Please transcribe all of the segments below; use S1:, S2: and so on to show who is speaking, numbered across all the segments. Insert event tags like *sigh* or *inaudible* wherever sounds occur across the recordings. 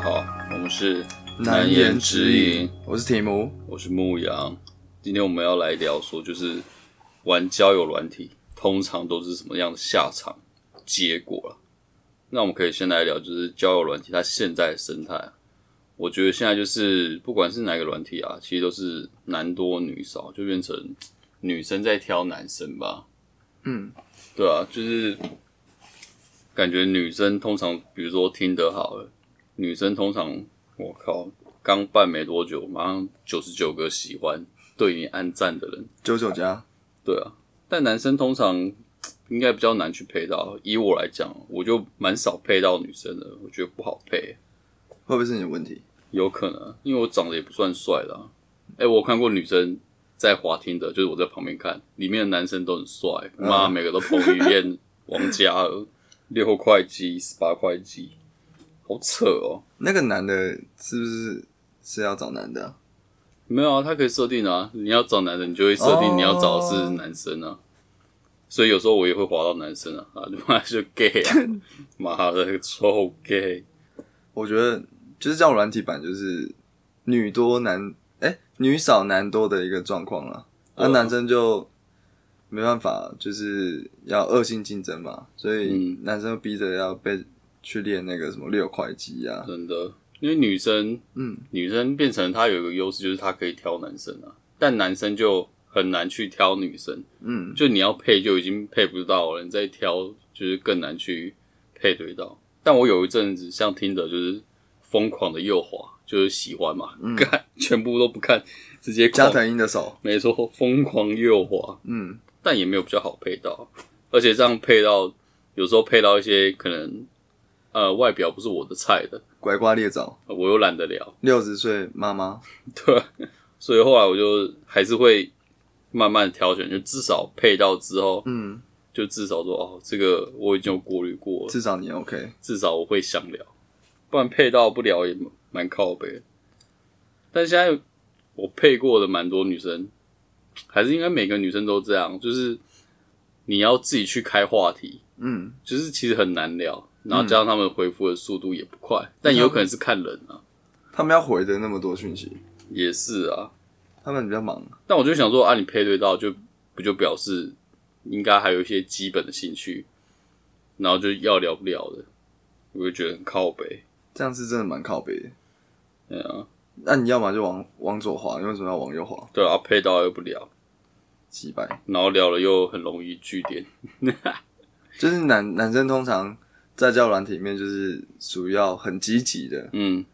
S1: 们是
S2: 难言之隐，，我是提姆。
S1: 我是牧羊。今天我们要来聊说，就是玩交友软体通常都是什么样的下场结果了、那我们可以先来聊，就是交友软体它现在的生态啊、我觉得现在就是不管是哪个软体啊，其实都是男多女少，就变成女生在挑男生吧。
S2: 嗯，
S1: 对啊，就是感觉女生通常，比如说听得好了，女生通常我靠，刚办没多久，马上九十九个喜欢对你按赞的人，
S2: 九九加，
S1: 对啊，但男生通常应该比较难去配到。以我来讲，我就蛮少配到女生的，我觉得不好配，
S2: 会不会是你的问题？
S1: 有可能啊因为我长得也不算帅啦。哎、我有看过女生在滑听的，就是我在旁边看，里面的男生都很帅，妈、每个都彭于晏、王嘉尔、六块肌、十八块肌，好扯哦。
S2: 那个男的是不是是要找男的啊、
S1: 没有啊，他可以设定啊，你要找男的，你就会设定
S2: 哦
S1: 你要找的是男生啊。所以有时候我也会滑到男生啊，啊，他妈
S2: *laughs*
S1: 就 gay 啊，妈的臭 gay，
S2: 我觉得就是叫软体版，就是女多男，哎、女少男多的一个状况啦。那、
S1: 对啊
S2: 男生就没办法，就是要恶性竞争嘛，所以
S1: 嗯
S2: 男生逼着要被去练那个什么六块肌啊，
S1: 真的。因为女生，
S2: 嗯，
S1: 女生变成她有一个优势，就是她可以挑男生啊，但男生就很难去挑女生，
S2: 嗯，
S1: 就你要配就已经配不到了，你再挑就是更难去配对到。但我有一阵子像听的，就是疯狂的右滑，就是喜欢嘛，看、全部都不看，直接
S2: 嗯加
S1: 狂
S2: 藤鹰的手，
S1: 没错，疯狂右滑，
S2: 嗯，
S1: 但也没有比较好配到，而且这样配到有时候配到一些可能呃外表不是我的菜的，
S2: 拐瓜裂枣，
S1: 我又懒得聊，
S2: 六十岁妈妈，
S1: 对，所以后来我就还是会慢慢挑选，就至少配到之后，
S2: 嗯，
S1: 就至少说哦，这个我已经有过滤过了，
S2: 至少你 OK。
S1: 至少我会想聊，不然配到不聊也蛮靠背的。但现在我配过的蛮多女生，还是应该每个女生都这样，就是你要自己去开话题，
S2: 嗯，
S1: 就是其实很难聊，然后加上他们回复的速度也不快，但也有可能是看人啊，
S2: 他们要回的那么多讯息，
S1: 也是啊。
S2: 他们比较忙。
S1: 但我就想说啊，你配对到就不就表示应该还有一些基本的兴趣，然后就要聊不聊的，我就觉得很靠背。
S2: 这样是真的蛮靠北的。
S1: 对啊，
S2: 那你要么就往往左滑，你为什么要往右滑？
S1: 对啊，配到又不聊，
S2: 几百，
S1: 然后聊了又很容易聚点，
S2: 就是男男生通常在交友软体里面就是属于要很积极的，
S1: 嗯，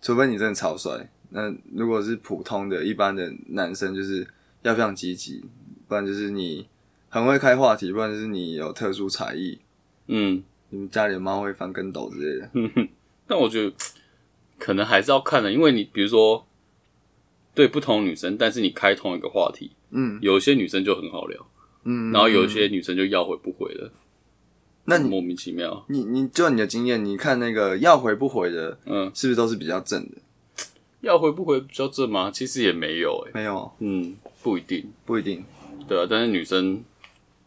S2: 除非你真的超帅。那如果是普通的一般的男生，就是要非常积极，不然就是你很会开话题，不然就是你有特殊才艺，
S1: 嗯，
S2: 你们家里的猫会翻跟斗之类的。嗯
S1: 但我觉得可能还是要看的，因为你比如说对不同女生，但是你开同一个话题，
S2: 嗯
S1: 有些女生就很好聊，
S2: 嗯，
S1: 然后有些女生就要回不回了，
S2: 那你
S1: 莫名其妙，
S2: 你你就你的经验，你看那个要回不回的，
S1: 嗯，
S2: 是不是都是比较正的？
S1: 要回不回比较正吗？其实也没有、欸，
S2: 没有，
S1: 嗯，不一定，
S2: 不一定。
S1: 对啊，但是女生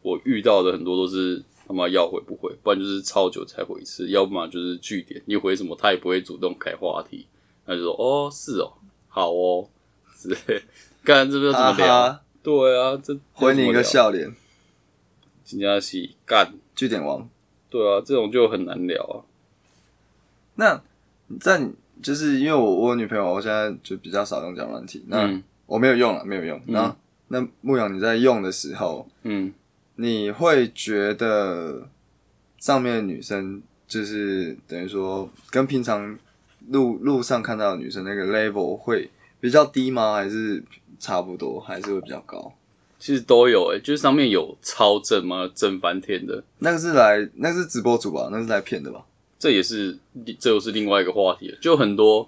S1: 我遇到的很多都是。他妈要回不回，不然就是超久才回一次，要么就是据点，你回什么她也不会主动开话题，她就说哦是哦，好哦，之类， *laughs* 干这不知道怎么聊，
S2: 哈哈
S1: 对啊，这
S2: 回你一个，笑脸，
S1: 金佳喜干，
S2: 据点王。
S1: 对啊，这种就很难聊啊。
S2: 那在你就是因为我我有女朋友，我现在就比较少用交友软体，那、
S1: 嗯
S2: 我没有用了，没有用。
S1: 嗯
S2: 那、那牧羊你在用的时候，
S1: 嗯，
S2: 你会觉得上面的女生就是等于说跟平常路路上看到的女生那个 level 会比较低吗？还是差不多？还是会比较高？
S1: 其实都有诶、欸就是上面有超正吗？正翻天的，
S2: 那个是来那个是直播主吧？那是来骗的吧？
S1: 这也是这又是另外一个话题了。就很多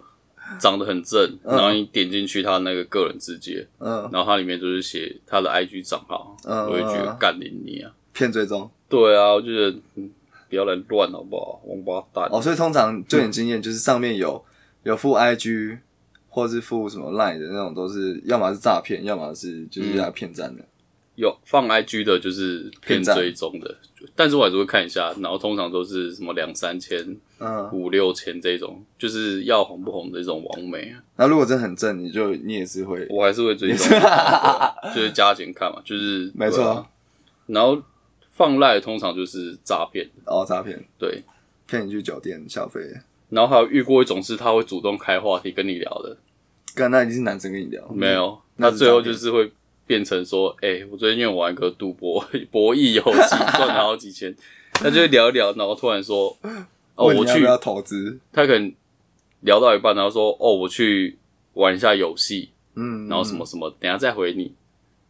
S1: 长得很正，
S2: 嗯
S1: 然后你点进去他那个个人字节，
S2: 嗯，
S1: 然后它里面就是写他的 IG 账号，
S2: 嗯
S1: 我就觉得
S2: 嗯
S1: 干你你啊。
S2: 骗追踪。
S1: 对啊，我就觉得、嗯、不要来乱好不好，王八蛋。
S2: 哦，所以通常就你经验，就是上
S1: 嗯
S2: 面有有附 IG 或是附什么 Line 的那种，都是要么是诈骗，要么是就是要骗赞的。
S1: 有放 IG 的，就是骗
S2: 骗赞
S1: 追踪的，但是我还是会看一下。然后通常都是什么两三千、
S2: 嗯，
S1: 五六千这种，就是要红不红的这种网美啊，
S2: 那如果真的很正，你就你也是会，
S1: 我还是会追
S2: *laughs*
S1: 踪，对啊就是加钱看嘛，就是
S2: 没错
S1: 对啊然后放赖通常就是诈骗，
S2: 然后哦诈骗，
S1: 对。
S2: 骗你去酒店消费，
S1: 然后还有遇过一种是他会主动开话题跟你聊的，
S2: 干那一定是男生跟你聊，
S1: 没有，
S2: 嗯那
S1: 那
S2: 是
S1: 最后
S2: 诈
S1: 就
S2: 骗
S1: 是会变成说，哎、我最近玩个赌博 *laughs* 博弈游戏，赚了好几
S2: *laughs*
S1: 千，他就会聊一聊，然后突然说，哦，
S2: 问
S1: 我
S2: 你要
S1: 去
S2: 不，要投资？
S1: 他可能聊到一半，然后说，哦，我去玩一下游戏，
S2: 嗯，
S1: 然后什么什么，等一下再回你，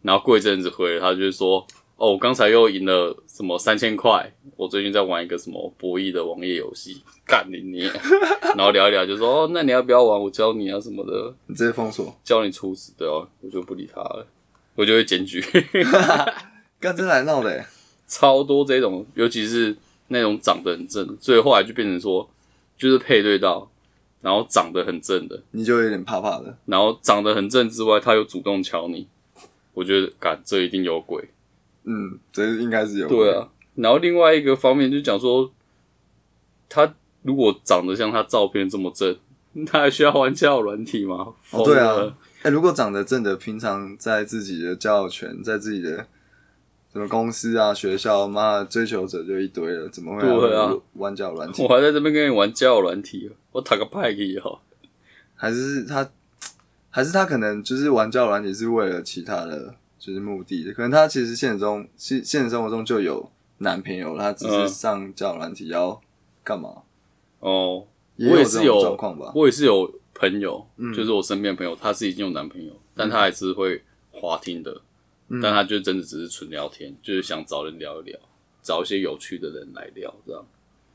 S1: 然后过一阵子回了，他就说，哦，我刚才又赢了什么三千块，我最近在玩一个什么博弈的网页游戏，干你 *laughs* 你，然后聊一聊就说，哦，那你要不要玩？我教你啊什么的，
S2: 你嗯直接封锁，
S1: 叫你处死，对哦、我就不理他了，我就会检举， *laughs*
S2: 干真来闹的欸，
S1: 超多这种，尤其是那种长得很正的，所以后来就变成说，就是配对到，然后长得很正的，
S2: 你就有点怕怕的。
S1: 然后长得很正之外，他又主动敲你，我觉得，感这一定有鬼，
S2: 嗯，这应该是有。
S1: 对，啊，然后另外一个方面就讲说，他如果长得像他照片这么正，他还需要玩交友软体吗？
S2: 哦对啊
S1: 疯了，
S2: 哎、如果长得正的，平常在自己的交友圈，在自己的什么公司啊、学校，妈追求者就一堆了，怎么会
S1: 对啊
S2: 还有弯脚软体？
S1: 我还在这边跟你玩交友软体， *laughs* 我打个派给你好。
S2: 还是他，还是他可能就是玩交友软体是为了其他的就是目的，可能他其实现实中现现实生活中就有男朋友，他只是
S1: 嗯
S2: 上交友软体要干嘛？
S1: 哦，
S2: 也
S1: 我也
S2: 这
S1: 是
S2: 种
S1: 有
S2: 状况吧？
S1: 哦我也是有朋友，
S2: 嗯
S1: 就是我身边的朋友，他是已经有男朋友，但他还是会滑听的，
S2: 嗯
S1: 但他就真的只是纯聊天，就是想找人聊一聊，找一些有趣的人来聊，这样。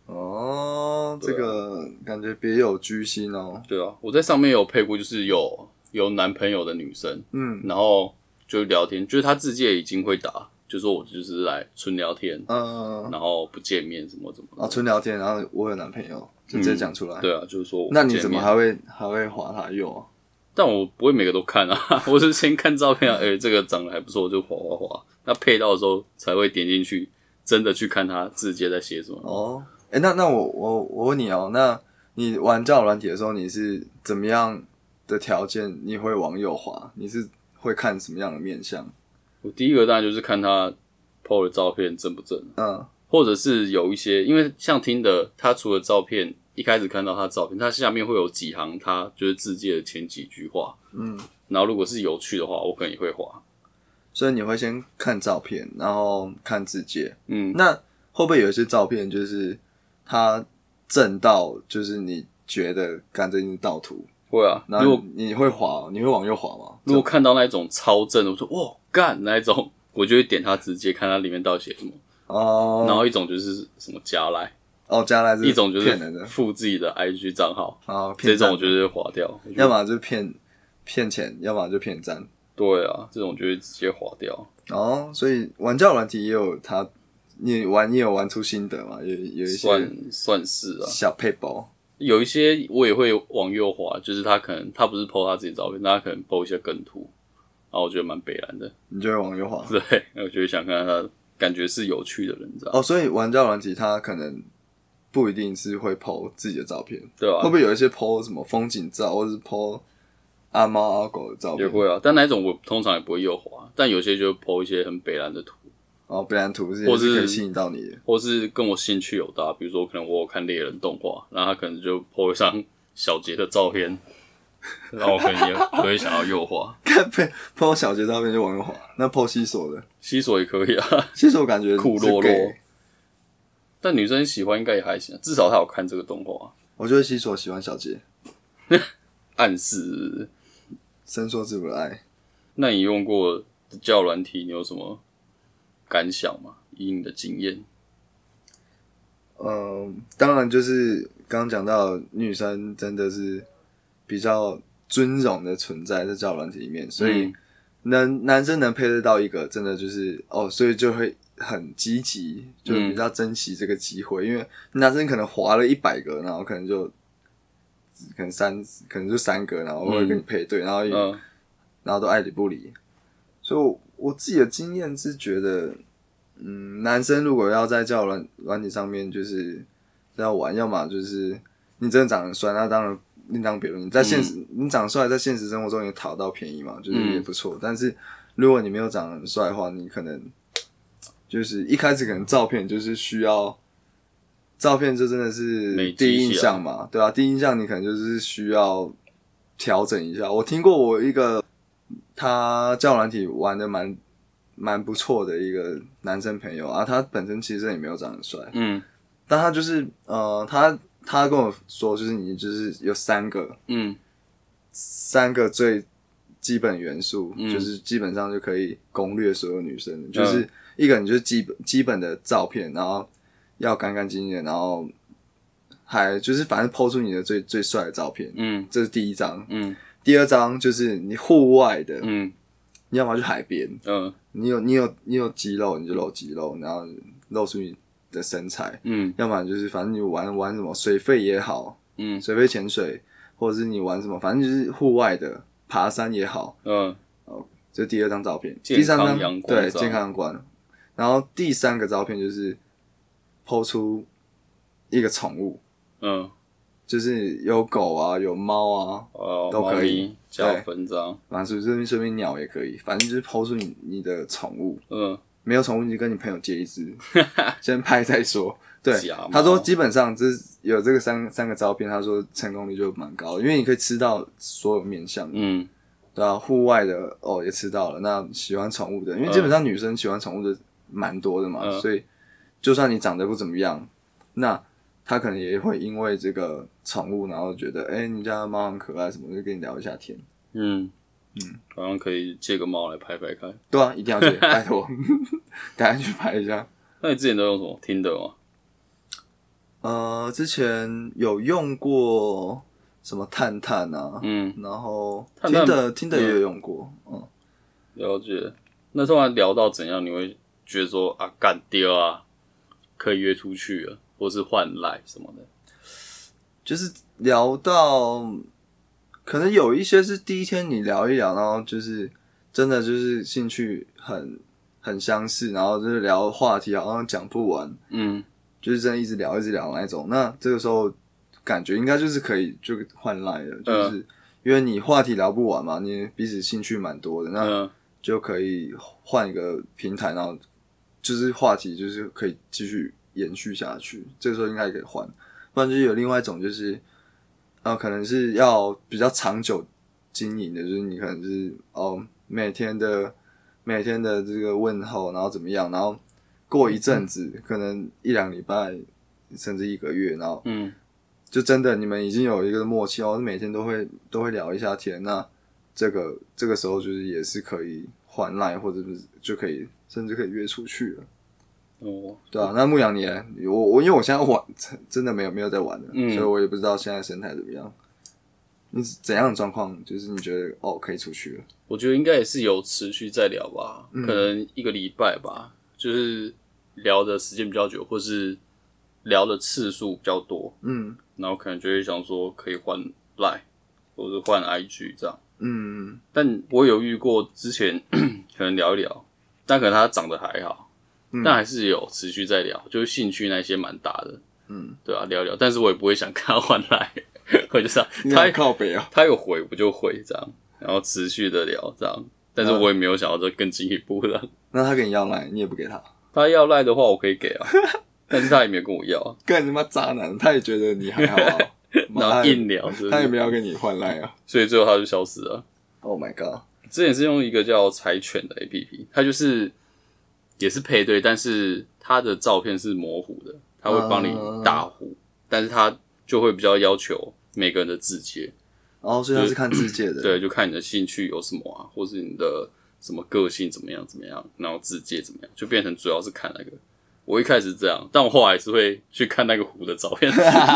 S2: 哦，这
S1: 对啊
S2: 个感觉别有居心哦。
S1: 对啊，我在上面有配过，就是有有男朋友的女生，
S2: 嗯
S1: 然后就聊天，就是她自己也已经会打，就说我就是来纯聊天，
S2: 嗯，
S1: 然后不见面什么什么的。
S2: 啊，纯聊天，然后我有男朋友，就直接讲出来。
S1: 对啊，就是说我不
S2: 那你
S1: 见
S2: 怎么
S1: 面
S2: 还会还会划他右啊？
S1: 但我不会每个都看啊， *laughs* 我是先看照片啊，哎、这个长得还不错，我就划划划。那配到的时候才会点进去，真的去看他字节在写什么。
S2: 哦，哎、那那我我我问你哦，那你玩交友软体的时候，你是怎么样的条件你会往右滑？你是会看什么样的面相？
S1: 我第一个当然就是看他 PO 的照片正不正，
S2: 嗯
S1: 或者是有一些，因为像听的，他除了照片，一开始看到他的照片，他下面会有几行他就是字界的前几句话，
S2: 嗯，
S1: 然后如果是有趣的话，我可能也会划。
S2: 所以你会先看照片，然后看字节。
S1: 嗯，
S2: 那会不会有一些照片就是它正到就是你觉得干这一定是盗图，
S1: 会啊。
S2: 然
S1: 如
S2: 后
S1: 果
S2: 你会滑，哦你会往右滑吗？
S1: 如果看到那一种超正的，我说哇干那一种， *laughs* 我就会点他直接看他里面到底写什么。
S2: 哦，
S1: 然后一种就是什么加来，
S2: 哦，加来
S1: 一种就
S2: 骗人
S1: 是
S2: 的，
S1: 付自己的 IG 账号，
S2: 啊，
S1: 这
S2: 骗
S1: 种我
S2: 赞
S1: 觉得划掉。我觉
S2: 要
S1: 得
S2: 么就是骗骗钱，要么就骗赞。
S1: 对啊，这种就会直接划掉。
S2: 哦，所以玩教软体也有它，你玩你有玩出心得嘛？有有一些
S1: 算算是啊，
S2: 小配包，
S1: 有一些我也会往右滑，就是他可能他不是 PO 他自己照片，但他可能 PO 一些梗图，然后我觉得蛮北蓝的， *laughs*
S2: 你就会往右滑。
S1: 对，我就会想看他感觉是有趣的人，这样
S2: 哦，所以玩教软体它可能不一定是会 PO 自己的照片，
S1: 对
S2: 会不
S1: 啊，
S2: 会有一些 PO 什么风景照，或是 PO 阿猫阿狗的照
S1: 也
S2: 片？
S1: 会啊，但那一种我通常也不会右滑，但有些就会 PO 一些很北蓝的图，
S2: 哦，不然图是
S1: 或
S2: 也是可
S1: 是
S2: 以吸引到你的。
S1: 或是跟我兴趣有搭，比如说可能我有看猎人动画，然后他可能就 po 一张小杰的照片，然后我可
S2: *laughs*
S1: 能也我会想要右滑，
S2: 看被 PO 小杰照片就往右滑，那 PO 西索的，
S1: 西索也可以
S2: *laughs*
S1: 啊，
S2: 西索感觉
S1: 酷
S2: 是
S1: 洛洛
S2: gay
S1: 但女生喜欢应该也还行啊，至少她有看这个动画，啊
S2: 我觉得西索喜欢小杰，
S1: 暗示。
S2: 伸缩自我的爱。
S1: 那你用过教软体，你有什么感想吗？以你的经验，
S2: 嗯，当然就是刚刚讲到女生真的是比较尊荣的存在在交友软体里面，所以
S1: 嗯
S2: 能、男生能配得到一个，真的就是哦，所以就会很积极，就比较珍惜这个机会，因为男生可能划了一百个，然后可能就可能三可能就三个，然后会跟你配对，然后也、
S1: 嗯
S2: 然后都爱理不理，所以我我自己的经验是觉得，嗯，男生如果要在交友软软体上面就是要玩，要么就是你真的长得帅，那当然另当别论。你在现实、你长得帅，在现实生活中也讨到便宜嘛，就是也不错。但是如果你没有长得很帅的话，你可能就是一开始可能照片就是需要。照片就真的是
S1: 累积
S2: 第一印
S1: 起来
S2: 象嘛，对啊，第一印象你可能就是需要调整一下。我听过我一个他教软体玩的蛮蛮不错的一个男生朋友啊，他本身其实也没有长得帅，
S1: 嗯
S2: 但他就是呃，他他跟我说，就是你就是有三个
S1: 嗯
S2: 三个最基本元素，
S1: 嗯
S2: 就是基本上就可以攻略所有女生的，就是一个你就是基本基本的照片，然后要干干净净的，然后还就是反正抛出你的最最帅的照片，
S1: 嗯
S2: 这是第一张，
S1: 嗯
S2: 第二张就是你户外的，
S1: 嗯
S2: 你要么去海边。
S1: 嗯
S2: 你有你有你有肌肉，你就露肌肉，然后露出你的身材；
S1: 嗯
S2: 要么就是反正你玩玩什么水肺也好，
S1: 嗯
S2: 水肺潜水，或者是你玩什么，反正就是户外的爬山也好，
S1: 嗯
S2: 这是第二张照片。
S1: 健
S2: 第三
S1: 康
S2: 张
S1: 阳光
S2: 对
S1: 照
S2: 健康阳光，然后第三个照片就是抛出一个宠物，
S1: 嗯，
S2: 就是有狗啊，有猫啊，
S1: 哦，
S2: 都可以
S1: 猫咪加分章，
S2: 反正顺便顺便鸟也可以，反正就是抛出你你的宠物。
S1: 嗯
S2: 没有宠物，你就跟你朋友借
S1: *laughs*
S2: 一只，先拍再说。对
S1: 假猫，
S2: 他说基本上这有这个三三个照片，他说成功率就蛮高的，因为你可以吃到所有面相，
S1: 嗯
S2: 对啊，户外的哦也吃到了，那喜欢宠物的，因为基本上女生喜欢宠物的蛮多的嘛，
S1: 嗯
S2: 所以就算你长得不怎么样，那她可能也会因为这个宠物，然后觉得哎、你家的猫很可爱什么，就跟你聊一下天。
S1: 嗯嗯，好像可以借个猫来拍拍看。
S2: 对啊，一定要
S1: *laughs*
S2: 去，拜托， *laughs* 赶快去拍一下。
S1: 那你之前都用什么听的吗？
S2: 呃，之前有用过什么探探啊，
S1: 嗯，
S2: 然后
S1: 探
S2: 听
S1: 探
S2: 的听的
S1: 嗯
S2: 也有用过，嗯，
S1: 了解。那突然聊到怎样，你会觉得说啊，干丢啊，可以约出去了，或是换赖什么的？
S2: 就是聊到可能有一些是第一天你聊一聊，然后就是真的就是兴趣很很相似，然后就是聊话题好像讲不完，
S1: 嗯
S2: 就是真的一直聊一直聊那一种。那这个时候感觉应该就是可以就换来了，就是因为你话题聊不完嘛，你彼此兴趣蛮多的，那。
S1: 嗯
S2: 就可以换一个平台，然后就是话题就是可以继续延续下去。这个时候应该可以换，不然就是有另外一种就是，呃，可能是要比较长久经营的，就是你可能是哦每天的每天的这个问候，然后怎么样，然后过一阵子，可能一两礼拜甚至一个月，然后
S1: 嗯
S2: 就真的你们已经有一个默契哦，每天都会都会聊一下天，那这个这个时候就是也是可以换赖，或者是就可以甚至可以约出去了，
S1: 哦，
S2: 对啊，那牧羊你呢我我因为我现在玩真真的没有没有在玩了，
S1: 嗯
S2: 所以我也不知道现在生态怎么样。你是怎样的状况？就是你觉得哦可以出去了，
S1: 我觉得应该也是有持续在聊吧，
S2: 嗯
S1: 可能一个礼拜吧，就是聊的时间比较久，或是聊的次数比较多，
S2: 嗯
S1: 然后可能就会想说可以换 Line 或者换 IG 这样。
S2: 嗯
S1: 但我有遇过之前 *coughs* 可能聊一聊，但可能他长得还好，
S2: 嗯
S1: 但还是有持续在聊，就是兴趣那些蛮大的，
S2: 嗯，
S1: 对啊，聊一聊，但是我也不会想跟他换 Line，我 *laughs* 就是他
S2: 太靠北啊，
S1: 他有回我就回这样，然后持续的聊这样，但
S2: 嗯
S1: 是我也没有想要再更进一步的。
S2: 那他跟你要赖，你也不给他，
S1: *laughs* 他要赖的话，我可以给啊， *laughs* 但是他也没有跟我要
S2: *laughs*
S1: 啊，
S2: 干你妈渣男，他也觉得你还好 *laughs* 啊，
S1: 然
S2: 妈
S1: 后
S2: 他也
S1: 硬聊，是不
S2: 他也
S1: 是？
S2: 没有跟你换赖啊
S1: 所以最后他就消失了。
S2: ，Oh my god，
S1: 之前是用一个叫柴犬的 APP，它就是也是配对，但是它的照片是模糊的，它会帮你
S2: 啊
S1: 打糊，但是它就会比较要求每个人的字节，
S2: 然哦后所以他是看自界的，
S1: 对，就看你的兴趣有什么啊，或是你的什么个性怎么样怎么样，然后字界怎么样，就变成主要是看那个。我一开始这样，但我后来是会去看那个湖的照
S2: *laughs*
S1: 片， *laughs*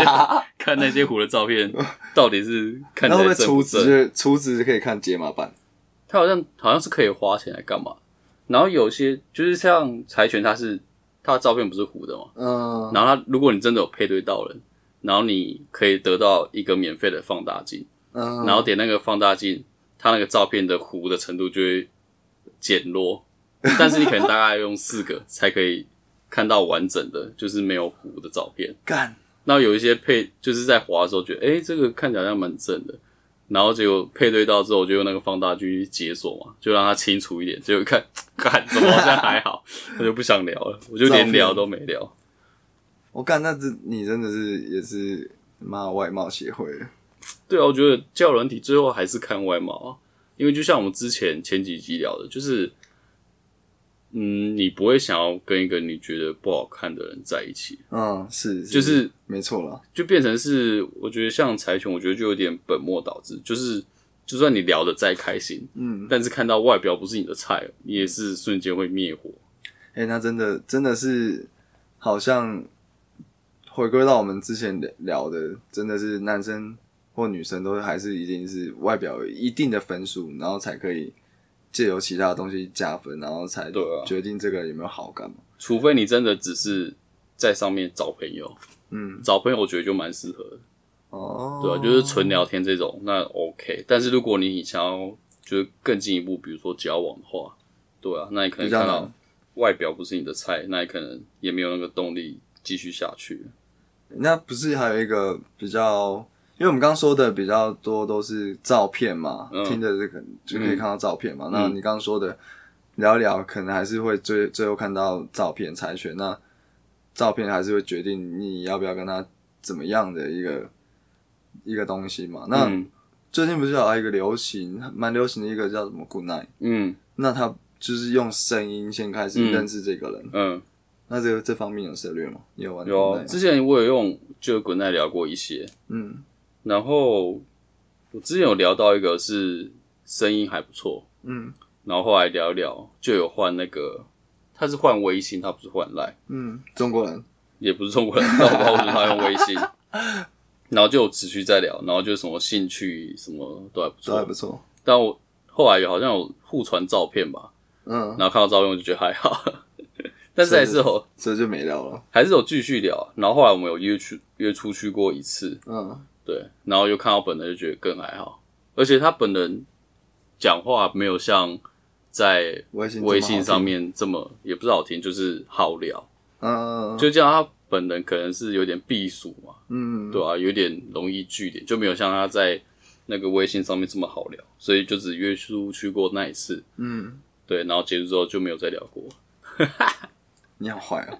S1: 看那些湖的照片到底是看起
S2: 那会不
S1: 来
S2: 会
S1: 正
S2: 厨
S1: 不
S2: 子
S1: 正。
S2: 就厨子就可以看解码版？
S1: 它好像好像是可以花钱来干嘛？然后有些就是像柴犬，它是它的照片不是糊的嘛，
S2: 嗯，
S1: 然后它如果你真的有配对到人，然后你可以得到一个免费的放大镜，
S2: 嗯
S1: 然后点那个放大镜，它那个照片的糊的程度就会减弱，但是你可能大概用四个才可以看到完整的，就是没有糊的照片。
S2: 干，
S1: 那有一些配就是在滑的时候觉得，哎、这个看起来好像蛮正的，然后结果配对到之后，我就用那个放大镜去解锁嘛，就让它清楚一点。结果一看， *laughs* 看怎么好像还好，我就不想聊了，我就连聊都没聊。
S2: 我干，那这你真的是也是妈外貌协会了，
S1: 对啊，我觉得交友软体最后还是看外貌啊，因为就像我们之前前几集聊的，就是，嗯，你不会想要跟一个你觉得不好看的人在一起，
S2: 嗯，是，
S1: 就是
S2: 没错啦，
S1: 就变成是，我觉得像柴犬，我觉得就有点本末倒置，就是就算你聊得再开心，
S2: 嗯，
S1: 但是看到外表不是你的菜，你也是瞬间会灭火。
S2: 哎、那真的真的是好像回归到我们之前聊聊的，真的是男生或女生都还是一定是外表有一定的分数，然后才可以借由其他的东西加分，然后才
S1: 对啊
S2: 决定这个人有没有好感嘛。
S1: 除非你真的只是在上面找朋友，
S2: 嗯，
S1: 找朋友我觉得就蛮适合的，
S2: 哦，
S1: 对吧、啊就是纯聊天这种，那 OK。但是如果你想要就是更进一步，比如说交往的话，对啊，那你可能
S2: 比较
S1: 看
S2: 难
S1: 到外表不是你的菜，那你可能也没有那个动力继续下去。
S2: 那不是还有一个比较，因为我们刚刚说的比较多都是照片嘛，
S1: 嗯
S2: 听的这个就可以看到照片嘛。那你刚刚说的聊一聊，可能还是会最最后看到照片才选。那照片还是会决定你要不要跟他怎么样的一个一个东西嘛。那、
S1: 嗯
S2: 最近不是有一个流行，蛮流行的一个叫什么 Good Night，
S1: 嗯
S2: 那他就是用声音先开始
S1: 嗯
S2: 认识这个人。
S1: 嗯，
S2: 那这个这方面有涉略吗？你有玩 Good
S1: 有
S2: Night
S1: 啊，
S2: 吗
S1: 之前我有用就滚奈聊过一些，
S2: 嗯
S1: 然后我之前有聊到一个是声音还不错，
S2: 嗯
S1: 然后后来聊一聊就有换那个，他是换微信，他不是换赖，
S2: 嗯，中国人。
S1: 也不是中国人，但我不知道为什么他用微
S2: *laughs*
S1: 信，然后就有持续在聊，然后就什么兴趣什么都还不
S2: 都还
S1: 错，
S2: 不错。
S1: 但我后来有好像有互传照片吧，
S2: 嗯，
S1: 然后看到照片我就觉得还好，
S2: *laughs*
S1: 但是还是有
S2: 所以就没聊了。
S1: 还是有继续聊啊，然后后来我们有约去约出去过一次，
S2: 嗯，
S1: 对，然后又看到本人就觉得更还好，而且他本人讲话没有像在
S2: 微信这么好
S1: 微信上面这么也不是好听，就是好聊，
S2: 听，嗯嗯
S1: 就这样他本人可能是有点避暑嘛，
S2: 嗯，
S1: 对啊，有点容易聚点，就没有像他在那个微信上面这么好聊，所以就只约出去过那一次，
S2: 嗯，
S1: 对，然后结束之后就没有再聊过，
S2: 你好坏啊。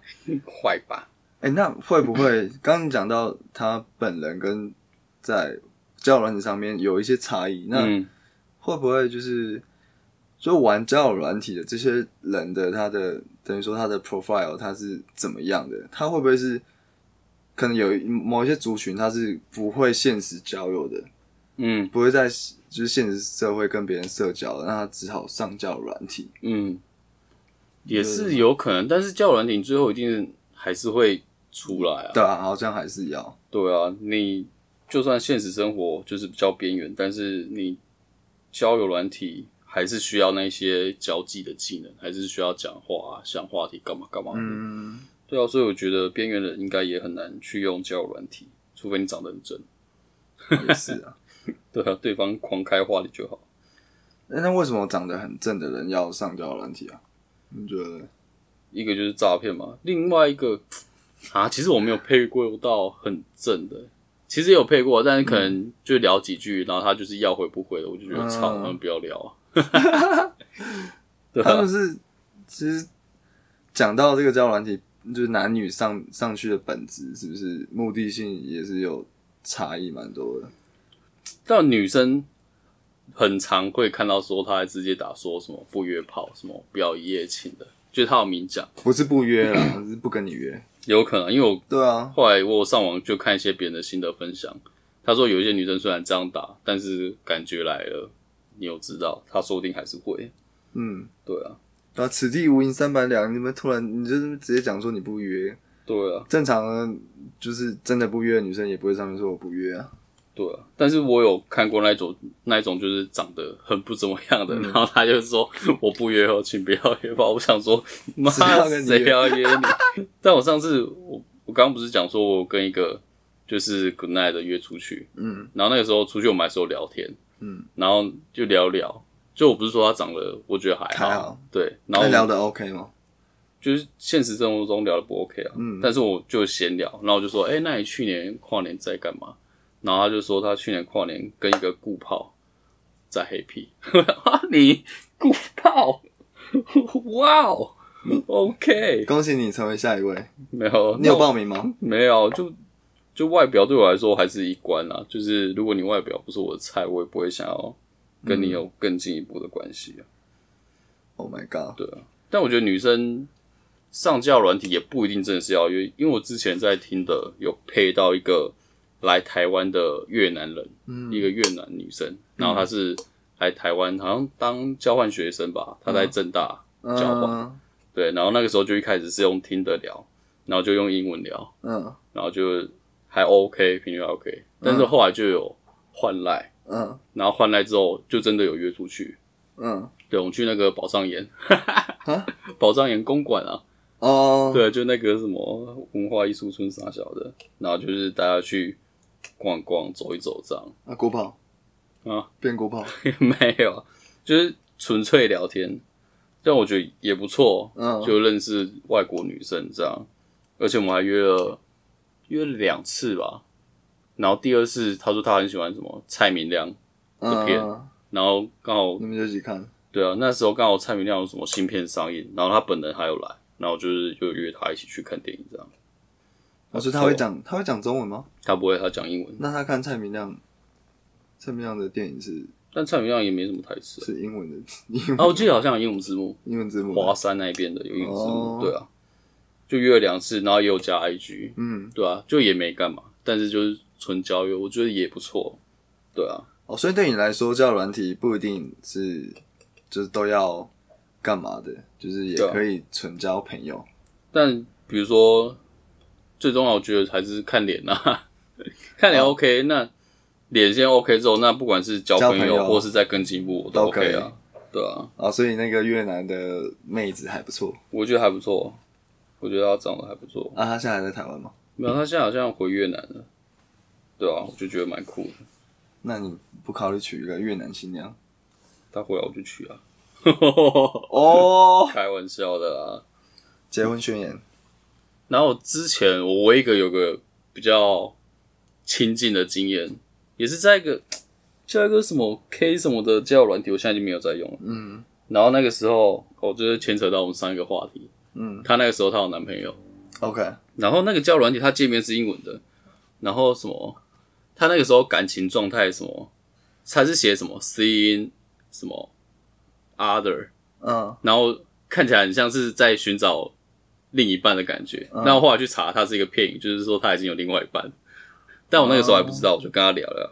S1: 坏吧？
S2: 哎、那会不会刚刚你讲到他本人跟在交友软体上面有一些差异？那
S1: 嗯，
S2: 会不会就是就玩交友软体的这些人的他的等于说他的 profile 他是怎么样的？他会不会是可能有一某一些族群他是不会现实交友的？
S1: 嗯
S2: 不会在就是现实社会跟别人社交了，那他只好上交友软体。
S1: 嗯，也是有可能，但是叫软体最后一定还是会出来啊。
S2: 对啊，好像还是要
S1: 对啊，你就算现实生活就是比较边缘，但是你交友软体还是需要那些交际的技能，还是需要讲话、啊、想话题干嘛干嘛的。
S2: 嗯，
S1: 对啊，所以我觉得边缘人应该也很难去用交友软体，除非你长得很正。
S2: 也是 *laughs* 啊。
S1: 对啊，对方狂开话题就好。
S2: 那那为什么长得很正的人要上交友软体啊？你觉得？
S1: 一个就是诈骗嘛，另外一个啊，其实我没有配过到很正的，其实也有配过，但是可能就聊几句，然后他就是要回不回的，我就觉得
S2: 嗯
S1: 操，那不要聊啊。 *laughs* 对
S2: 他们
S1: 啊，
S2: 是其实讲到这个交友软体，就是男女上上去的本质是不是目的性也是有差异蛮多的？
S1: 但女生很常会看到说，她还直接打说什么不约炮，什么不要一夜情的，就是她有明讲，
S2: 不是不约 *coughs* 啦，是不跟你约。
S1: 有可能，因为我
S2: 对啊，
S1: 后来我有上网就看一些别人的心得分享，他说有一些女生虽然这样打，但是感觉来了，你有知道，她说不定还是会。
S2: 嗯，
S1: 对啊，
S2: 然后此地无银三百两，你们突然你就是直接讲说你不约，
S1: 对啊，
S2: 正常的就是真的不约的女生也不会上面说我不约啊。
S1: 对啊。但是我有看过那一种那一种就是长得很不怎么样
S2: 嗯
S1: 的，然后他就说我不约哦，请不要约吧。我想说，妈
S2: *laughs* 谁要跟你约
S1: 谁要约你？但我上次我我刚刚不是讲说我跟一个就是 good night 的约出去，
S2: 嗯
S1: 然后那个时候出去我们还是有聊天，
S2: 嗯，
S1: 然后就聊聊，就我不是说他长得，我觉得还好，
S2: 还好
S1: 对，然
S2: 那
S1: 后
S2: 聊得 OK 吗？
S1: 就是现实生活中聊的不 OK 啊，
S2: 嗯
S1: 但是我就闲聊，然后我就说，哎、那你去年跨年在干嘛？然后他就说他去年跨年跟一个顾炮在黑屁， *laughs* 啊你顾炮，哇哦，OK，
S2: 恭喜你成为下一位，
S1: 没有，
S2: 你有报名吗？
S1: 没有，就就外表对我来说还是一关啦。就是如果你外表不是我的菜，我也不会想要
S2: 嗯
S1: 跟你有更进一步的关系啊。
S2: Oh my god！
S1: 但我觉得女生上交友软体也不一定真的是要约，因为我之前在听的有配到一个来台湾的越南人，一个越南女生，然后她是来台湾好像当交换学生吧，她在正大。交
S2: 嗯
S1: 对，然后那个时候就一开始是用听的聊，然后就用英文聊，
S2: 嗯
S1: 然后就还 OK，频率还 OK，但是后来就有换赖，
S2: 嗯
S1: 然后换赖之后就真的有约出去，
S2: 嗯，
S1: 对，我们去那个宝藏岩，宝藏岩公馆啊，
S2: 哦，
S1: 对，就那个什么文化艺术村啥小的，然后就是大家去逛逛、走一走这样， *laughs*
S2: 啊，国炮
S1: 啊，
S2: 变国炮，
S1: 没有啊，就是纯粹聊天，这样我觉得也不错，
S2: 嗯，
S1: 就认识外国女生这样，而且我们还约了约了两次吧。然后第二次，他说他很喜欢什么蔡明亮，
S2: 嗯
S1: 片
S2: 嗯
S1: 然后刚好
S2: 你们就一起看，
S1: 对啊，那时候刚好蔡明亮有什么新片上映，然后他本人还有来，然后就是就约他一起去看电影这样。哦
S2: 我哦说他会讲，他会讲中文吗？
S1: 他不会，他讲英文，
S2: 那他看蔡明亮，蔡明亮的电影是
S1: 但蔡明亮也没什么台词啊。
S2: 是英文的，英
S1: 啊，我记得好像有英文字幕，
S2: 英文字幕的，
S1: 华山那边的有英文字幕，
S2: 哦
S1: 对啊，就约了两次，然后也有加 IG，
S2: 嗯，
S1: 对啊，就也没干嘛，但是就是纯交友，我觉得也不错，对啊，
S2: 哦，所以对你来说，交友软体不一定是就是都要干嘛的，就是也
S1: 对啊
S2: 可以纯交朋友。
S1: 但比如说，最重要我觉得还是看脸啊， *laughs* 看
S2: 哦
S1: 脸 OK，、那脸先 OK 之后，那不管是交朋
S2: 交朋友
S1: 或是再更进一步，我
S2: 都
S1: OK 啊，对啊，
S2: 啊，所以那个越南的妹子还不错
S1: 我觉得还不错，我觉得她长得还不错。
S2: 啊，她现在还在台湾吗？
S1: 没有，她现在好像回越南了，对啊，我就觉得蛮酷的。
S2: 那你不考虑娶一个越南新娘？
S1: 她回来我就去啊， *laughs*
S2: 哦，
S1: 开玩笑的啦。
S2: *laughs* 结婚宣言，
S1: 然后之前我唯一一个有个比较亲近的经验，也是在一个叫一个什么 K 什么的交友软体，我现在已经没有在用了。
S2: 嗯
S1: 然后那个时候，我、就是牵扯到我们上一个话题，
S2: 嗯
S1: 她那个时候她有男朋友，
S2: ，OK，
S1: 然后那个交友软体它界面是英文的，然后什么，她那个时候感情状态什么，她是写什么 seeing 什么 other，
S2: 嗯
S1: 然后看起来很像是在寻找另一半的感觉。
S2: 嗯
S1: 然后后来去查，他是一个骗语，就是说他已经有另外一半。但我那个时候还不知道，我就跟他聊聊。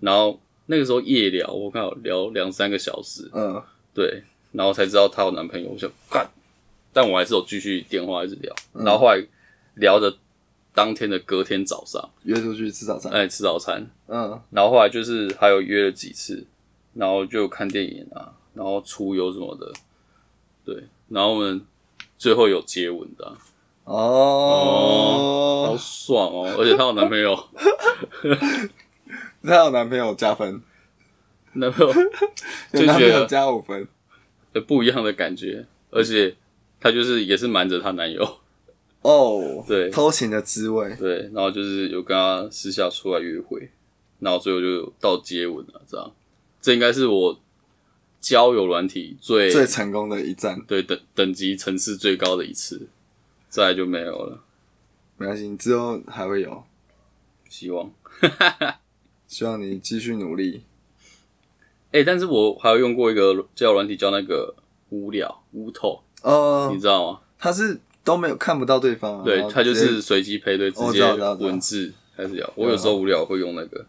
S1: 然后那个时候夜聊，我刚好聊两三个小时，
S2: 嗯，
S1: 对，然后才知道她有男朋友。我想干，但我还是有继续电话一直聊。然后后来聊的当天的隔天早上，
S2: 约出去吃早餐，
S1: 哎，吃早餐，
S2: 嗯
S1: 然后后来就是还有约了几次，然后就看电影啊，然后出游什么的，对，然后我们最后有接吻的啊、好
S2: 哦，
S1: 爽哦！而且她有男朋友， *laughs*
S2: 那有男朋友加分，
S1: 男朋友
S2: 有
S1: 就
S2: 男朋
S1: 觉
S2: 友
S1: 得
S2: 加五分，
S1: 有不一样的感觉，而且她就是也是瞒着她男友，
S2: 哦，
S1: 对
S2: 偷情的滋味，
S1: 对，然后就是有跟她私下出来约会，然后最后就到接吻了，这样，这应该是我交友软体最
S2: 最成功的一战，
S1: 对等等级层次最高的一次，再来就没有了。
S2: 没关系，你之后还会有，
S1: 希望。
S2: 希望你继续努力。
S1: 哎、但是我还有用过一个交友软体，叫那个无聊无头，
S2: 哦
S1: 你，知道吗？
S2: 他是都没有看不到对方啊，然
S1: 对，
S2: 后
S1: 它就
S2: 直接
S1: 是随机配对，直
S2: 哦我知
S1: 接
S2: 道知道知道
S1: 文字开始聊。我有时候无聊会用那个，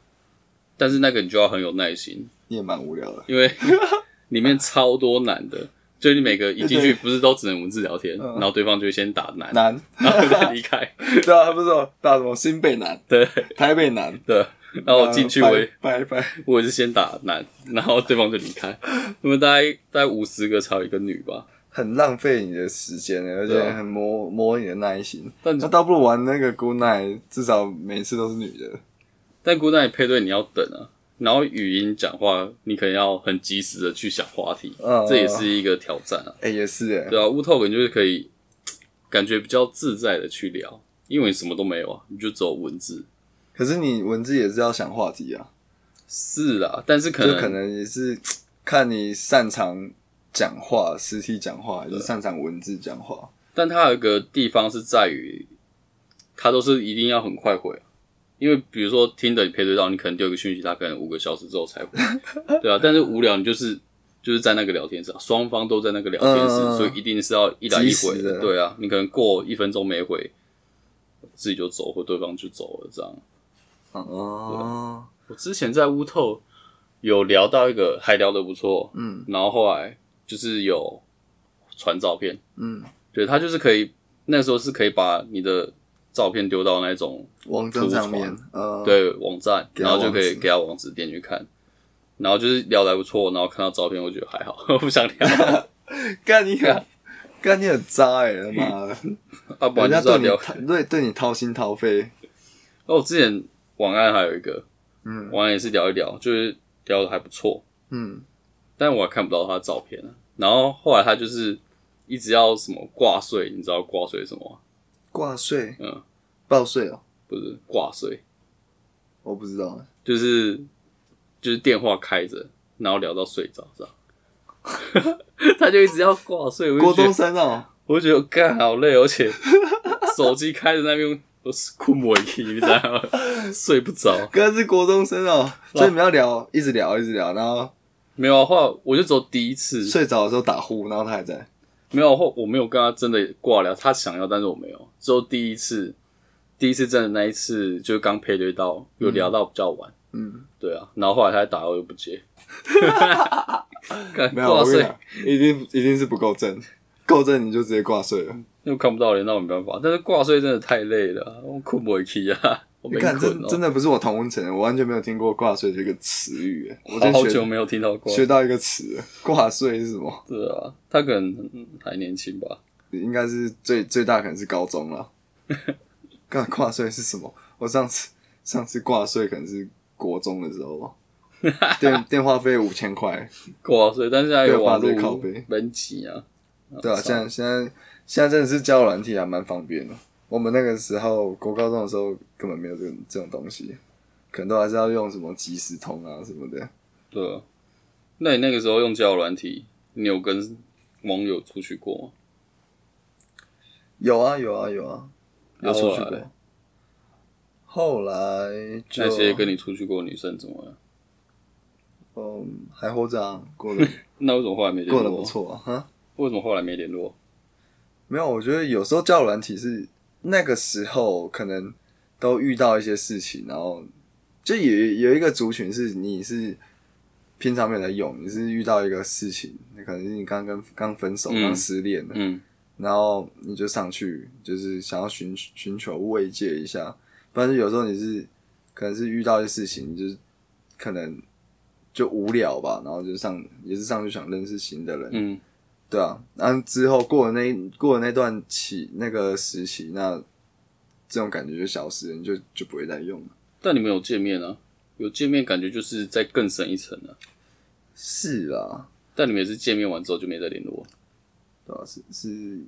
S1: 但是那个你就要很有耐心，
S2: 你也蛮无聊的，
S1: 因
S2: *laughs*
S1: 为里面超多难的。就你每个一进去，不是都只能文字聊天，
S2: 嗯
S1: 然后对方就会先打难，
S2: 南，
S1: *laughs* 然后再离开。
S2: 对啊，他不是有打什么新北南、
S1: 对
S2: 台北南，
S1: 对，然后我哦进去我也
S2: 拜拜拜，
S1: 我也是先打难，然后对方就离开。那么大概大概五十个才有一个女吧，
S2: 很浪费你的时间，而
S1: 对
S2: 且
S1: 啊
S2: 很磨磨你的耐心。
S1: 但
S2: 那倒不如玩那个 Good Night，至少每次都是女的。
S1: 但孤单也配对你要等啊，然后语音讲话，你可能要很及时的去想话题，
S2: 嗯
S1: 这也是一个挑战啊。
S2: 哎、也是哎、
S1: 对啊，乌透你就是可以感觉比较自在的去聊，因为你什么都没有啊，你就只有文字。
S2: 可是你文字也是要想话题啊，
S1: 是啦，但是可
S2: 就
S1: 能
S2: 可能也是看你擅长讲话、实体讲话，还是擅长文字讲话。
S1: 但它有一个地方是在于，它都是一定要很快回、啊，因为比如说听的你配对到，你可能丢一个讯息，它可能五个小时之后
S2: *laughs*
S1: 才回，对啊。但是无聊，你就是就是在那个聊天室啊，双方都在那个聊天室，
S2: 嗯
S1: 所以一定是要一来一回
S2: 及时的
S1: 对啊。你可能过一分钟没回，自己就走，或对方就走了这样。
S2: 哦，
S1: 我之前在乌透有聊到一个，还聊得不错，
S2: 嗯
S1: 然后后来就是有传照片。
S2: 嗯，
S1: 对，它就是可以，那时候是可以把你的照片丢到那种
S2: 网站上面，呃，，
S1: 对网站，
S2: 给他
S1: 然后就可
S2: 网
S1: 以
S2: 址
S1: 给他网址点去看，然后就是聊得还不错，然后看到照片，我觉得还好， *laughs* 不想
S2: *laughs*
S1: 聊，
S2: 干你很，干你很渣哎、他
S1: *laughs*
S2: 妈的，
S1: 啊，不
S2: 人
S1: 然就
S2: 家
S1: 是要
S2: 对你
S1: 聊。
S2: 掏对对你掏心掏肺，
S1: 哦，我之前晚安还有一个，
S2: 嗯
S1: 晚安也是聊一聊，就是聊得还不错，
S2: 嗯，
S1: 但我还看不到他的照片啊。然后后来他就是一直要什么挂税，你知道挂税是什么吗？
S2: 挂税，
S1: 嗯，
S2: 报税哦，
S1: 不是挂税，
S2: 我不知道欸，
S1: 就是就是电话开着，然后聊到睡着这样。 *laughs* 他就一直要挂睡，我就
S2: 郭
S1: 觉
S2: 东
S1: 得
S2: 升哦，
S1: 我就觉得干好累，哦而且手机开着那边我是 *laughs* 困不起，你知道吗？ *laughs* 睡不着。
S2: 哥是国中生哦，所以你们要聊，一直聊，一直聊，然后
S1: 没有啊，后来我就只有第一次，
S2: 睡着的时候打呼，然后他还在。
S1: 没有后我没有跟他真的挂聊，他想要，但是我没有。只有第一次，第一次真的那一次，就是刚配对到，有聊到比较晚，
S2: 嗯，
S1: 对啊。然后后来他打我又不接，干
S2: 嗯 *laughs* 没有，
S1: 挂
S2: 我跟你
S1: 睡
S2: 讲，一定一定是不够正，够正你就直接挂睡了。
S1: 又看不到人，那我没办法。但是挂睡真的太累了啊，我困不回去啊，我没
S2: *laughs* 你看，
S1: 困
S2: 真
S1: 哦、
S2: 真的不是我同温层，我完全没有听过“挂睡”这个词语耶。我
S1: 好
S2: 真
S1: 久
S2: 学
S1: 没有听到挂，
S2: 学到一个词了，“挂睡”是什么？
S1: 对啊，他可能嗯还年轻吧，
S2: 应该是最最大可能是高中
S1: *laughs*
S2: 了。干挂睡是什么？我上次上次挂睡可能是国中的时候
S1: *laughs*
S2: 吧。电电话费五千块，
S1: 挂睡，但是还有网
S2: 对挂睡靠
S1: 络
S2: 背
S1: 门挤啊，
S2: 对啊，现在现在现在真的是交友软体还蛮方便的。我们那个时候国高中的时候根本没有这种这种东西，可能都还是要用什么即时通啊什么的。
S1: 对啊。那你那个时候用交友软体，你有跟网友出去过吗？
S2: 有啊有啊有啊，有出去
S1: 然后后来嘞
S2: 过。后来就
S1: 那些跟你出去过的女生怎么样？
S2: 嗯还活着啊，
S1: *laughs*
S2: 过得
S1: 那为什么后来没联
S2: 过得不
S1: 络？
S2: 错啊。哈，
S1: 为什么后来没联络？
S2: 没有，我觉得有时候交友软体是那个时候可能都遇到一些事情，然后就有有一个族群是你是平常没有在用，你是遇到一个事情，你可能是你刚跟刚分手、
S1: 嗯
S2: 刚失恋的，
S1: 嗯，
S2: 然后你就上去，就是想要寻寻求慰藉一下。但是有时候你是可能是遇到一些事情，你就是可能就无聊吧，然后就上也是上去想认识新的人，
S1: 嗯，
S2: 对啊。然后之后过了那过了那段期那个时期，那这种感觉就消失了，你就就不会再用了。
S1: 但你们有见面啊？有见面感觉就是再更深一层了、啊。
S2: 是啊，
S1: 但你们也是见面完之后就没再联络。
S2: 对啊，是是，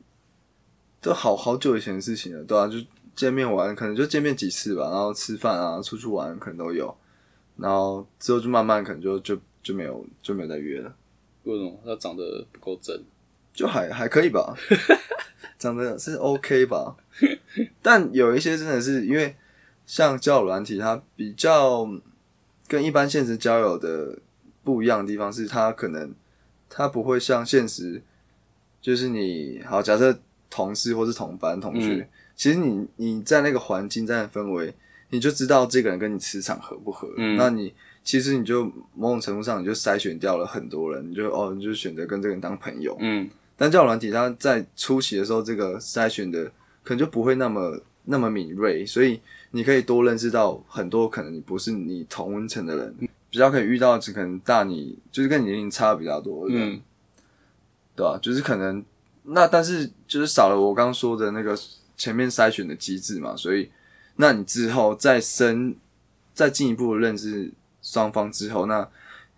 S2: 都好好久以前的事情了，对啊，就见面玩，可能就见面几次吧，然后吃饭啊、出去玩可能都有，然后之后就慢慢可能就就就没有就没有再约了，
S1: 为什么他长得不够正？
S2: 就还还可以吧，长得是 OK 吧，但有一些真的是因为像交友软体，它比较跟一般现实交友的不一样的地方是，它可能它不会像现实，就是你好假设同事或是同班同学，其实你你在那个环境在那氛围，你就知道这个人跟你磁场合不合，
S1: 嗯
S2: 那你。其实你就某种程度上，你就筛选掉了很多人，你就哦，你就选择跟这个人当朋友，
S1: 嗯，
S2: 但交友软体它在初期的时候，这个筛选的可能就不会那么那么敏锐，所以你可以多认识到很多可能你不是你同温层的人，比较可以遇到只可能大你就是跟你年龄差比较多的人，
S1: 嗯
S2: 对吧、就是可能那但是就是少了我刚刚说的那个前面筛选的机制嘛，所以那你之后再深再进一步的认识双方之后，那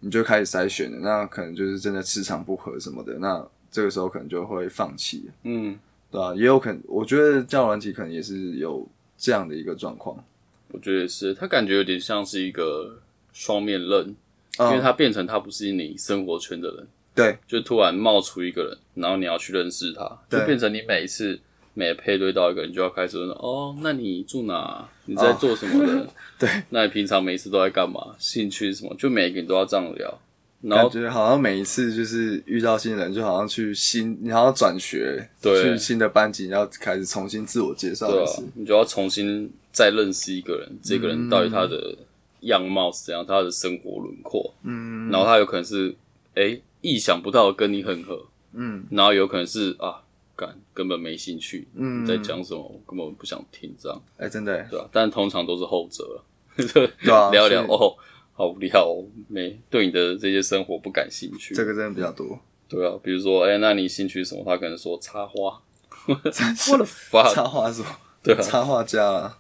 S2: 你就开始筛选了，那可能就是真的磁场不合什么的，那这个时候可能就会放弃了，
S1: 嗯，
S2: 对吧、也有可能，我觉得教软体可能也是有这样的一个状况，
S1: 我觉得也是，他感觉有点像是一个双面刃，
S2: 嗯
S1: 因为他变成他不是你生活圈的人，
S2: 对，
S1: 就突然冒出一个人，然后你要去认识他，就
S2: 对
S1: 变成你每一次每配对到一个人，就要开始问哦，那你住哪？你在做什么的？
S2: 哦 *laughs* 对，
S1: 那你平常每一次都在干嘛？兴趣是什么？就每个人都要这样聊，然
S2: 感
S1: 后
S2: 觉好像每一次就是遇到新人，就好像去新，你好像转学，
S1: 对
S2: 去新的班级，然后开始重新自我介绍
S1: 对
S2: 一
S1: 啊
S2: 次，，
S1: 你就要重新再认识一个人，这个人到底他的样貌是怎样，他的生活轮廓，嗯，然后他有可能是诶意想不到地跟你很合，
S2: 嗯，
S1: 然后有可能是啊，干根本没兴趣，嗯，你在讲什么，我根本不想听这样，
S2: 哎、真的耶，
S1: 对啊，但通常都是后者了，就
S2: 对
S1: *laughs*
S2: 啊
S1: 聊一聊
S2: 所
S1: 哦，好无聊哦、没对你的这些生活不感兴趣，
S2: 这个真的比较多。
S1: 对啊，比如说诶那你兴趣是什么？他可能说插花，我的 fuck，
S2: *laughs* 插画是吧？
S1: 对啊
S2: 插画家啊，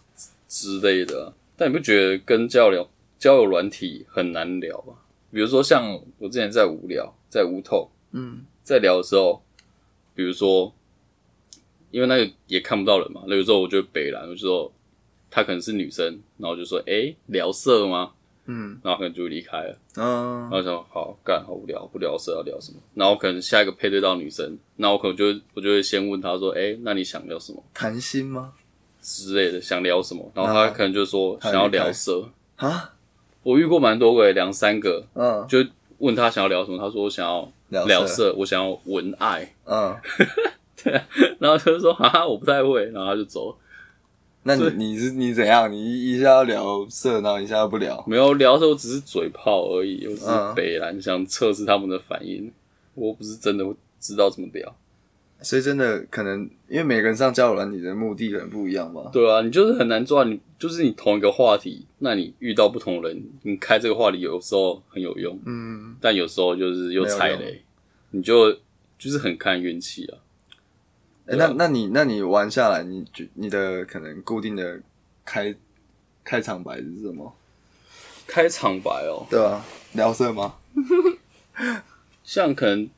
S1: 之类的。啊但你不觉得跟交流交友软体很难聊吗？比如说像我之前在无聊，在无透，
S2: 嗯，
S1: 在聊的时候，比如说，因为那个也看不到人嘛，那有时候我就北兰，我就说她可能是女生，然后我就说诶、聊色吗？
S2: 嗯，
S1: 然后可能就离开了。
S2: 嗯
S1: 然，后想好干好无聊，不聊色要聊什么？然后可能下一个配对到女生，那我可能就会我就会先问她说，诶、那你想聊什么
S2: 谈心吗？
S1: 之类的，想聊什么？然后她可能就说
S2: 哦她
S1: 想要
S2: 离开
S1: 聊色，
S2: 啊，
S1: 我遇过蛮多个，两三个，
S2: 嗯，
S1: 就问他想要聊什么，他说我想要
S2: 聊
S1: 聊
S2: 色，
S1: 色，我想要文爱， *laughs*
S2: 嗯，
S1: 然后他就说哈哈，我不太会，然后他就走了。
S2: 那你你是你怎样？你一一下要聊色，然后一下又不聊，
S1: 没有聊色，我只是嘴炮而已，我只是
S2: 嗯
S1: 北兰想测试他们的反应，我不是真的知道怎么聊。
S2: 所以真的可能因为每个人上交友软体的目的可能不一样吧。
S1: 对啊，你就是很难抓，你就是你同一个话题，那你遇到不同人，你开这个话题有时候很有用，
S2: 嗯，
S1: 但有时候就是又
S2: 没有
S1: 踩
S2: 用
S1: 雷，你就就是很看运气啊。
S2: 哎、那那你那你玩下来，你觉你的可能固定的开开场白是什么？
S1: 开场白哦，
S2: 对啊，聊色吗？
S1: 像可能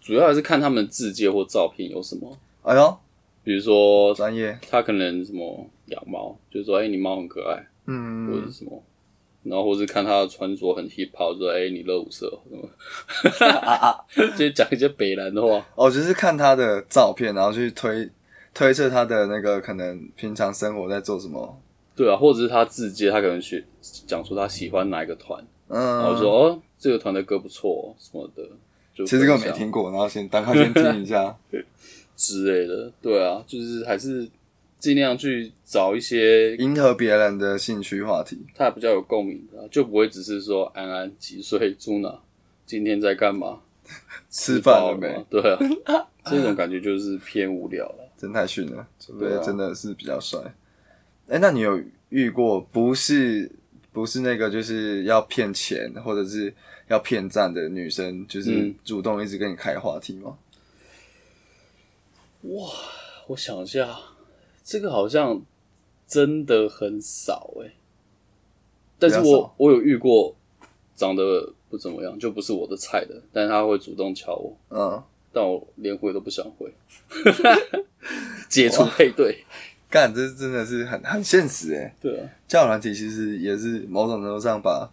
S1: 主要还是看他们字界或照片有什么，
S2: 哎呦，
S1: 比如说
S2: 专业，
S1: 他可能什么养猫，就是说哎、你猫很可爱，或者
S2: 嗯
S1: 是，什么，然后或是看他的穿着很 hip hop，说哎、你热舞社什
S2: *laughs*
S1: 么， *laughs* 就讲一些北兰的话，
S2: 哦，就是看他的照片，然后去推推测他的那个可能平常生活在做什么。
S1: 对啊，或者是他字界，他可能去讲说他喜欢哪一个团，然后
S2: 嗯，
S1: 说哦这个团的歌不错、哦、什么的，就
S2: 其实根本
S1: 分
S2: 没
S1: 享
S2: 听过，然后先大概先听
S1: *laughs*
S2: 一下。
S1: 之类的，对啊，就是还是尽量去找一些
S2: 迎合别人的兴趣话题。
S1: 他比较有共鸣的啊、就不会只是说安安几岁住哪，今天在干嘛，
S2: 吃饭
S1: 饱
S2: 了没
S1: 吗？对啊，这种感觉就是偏无聊了。
S2: 真太逊了，除非
S1: 对啊
S2: 真的是比较帅。哎、那你有遇过不是不是那个就是要骗钱或者是要骗赞的女生，就是
S1: 嗯
S2: 主动一直跟你开话题吗？
S1: 我想一下，这个好像真的很少哎、但是
S2: 比较
S1: 我
S2: 少
S1: 我有遇过长得不怎么样，就不是我的菜的，但他会主动敲我，
S2: 嗯，
S1: 但我连回都不想回， *laughs* 解除配对，
S2: 干，这真的是很很现实哎、
S1: 对啊，
S2: 交友软体其实也是某种程度上把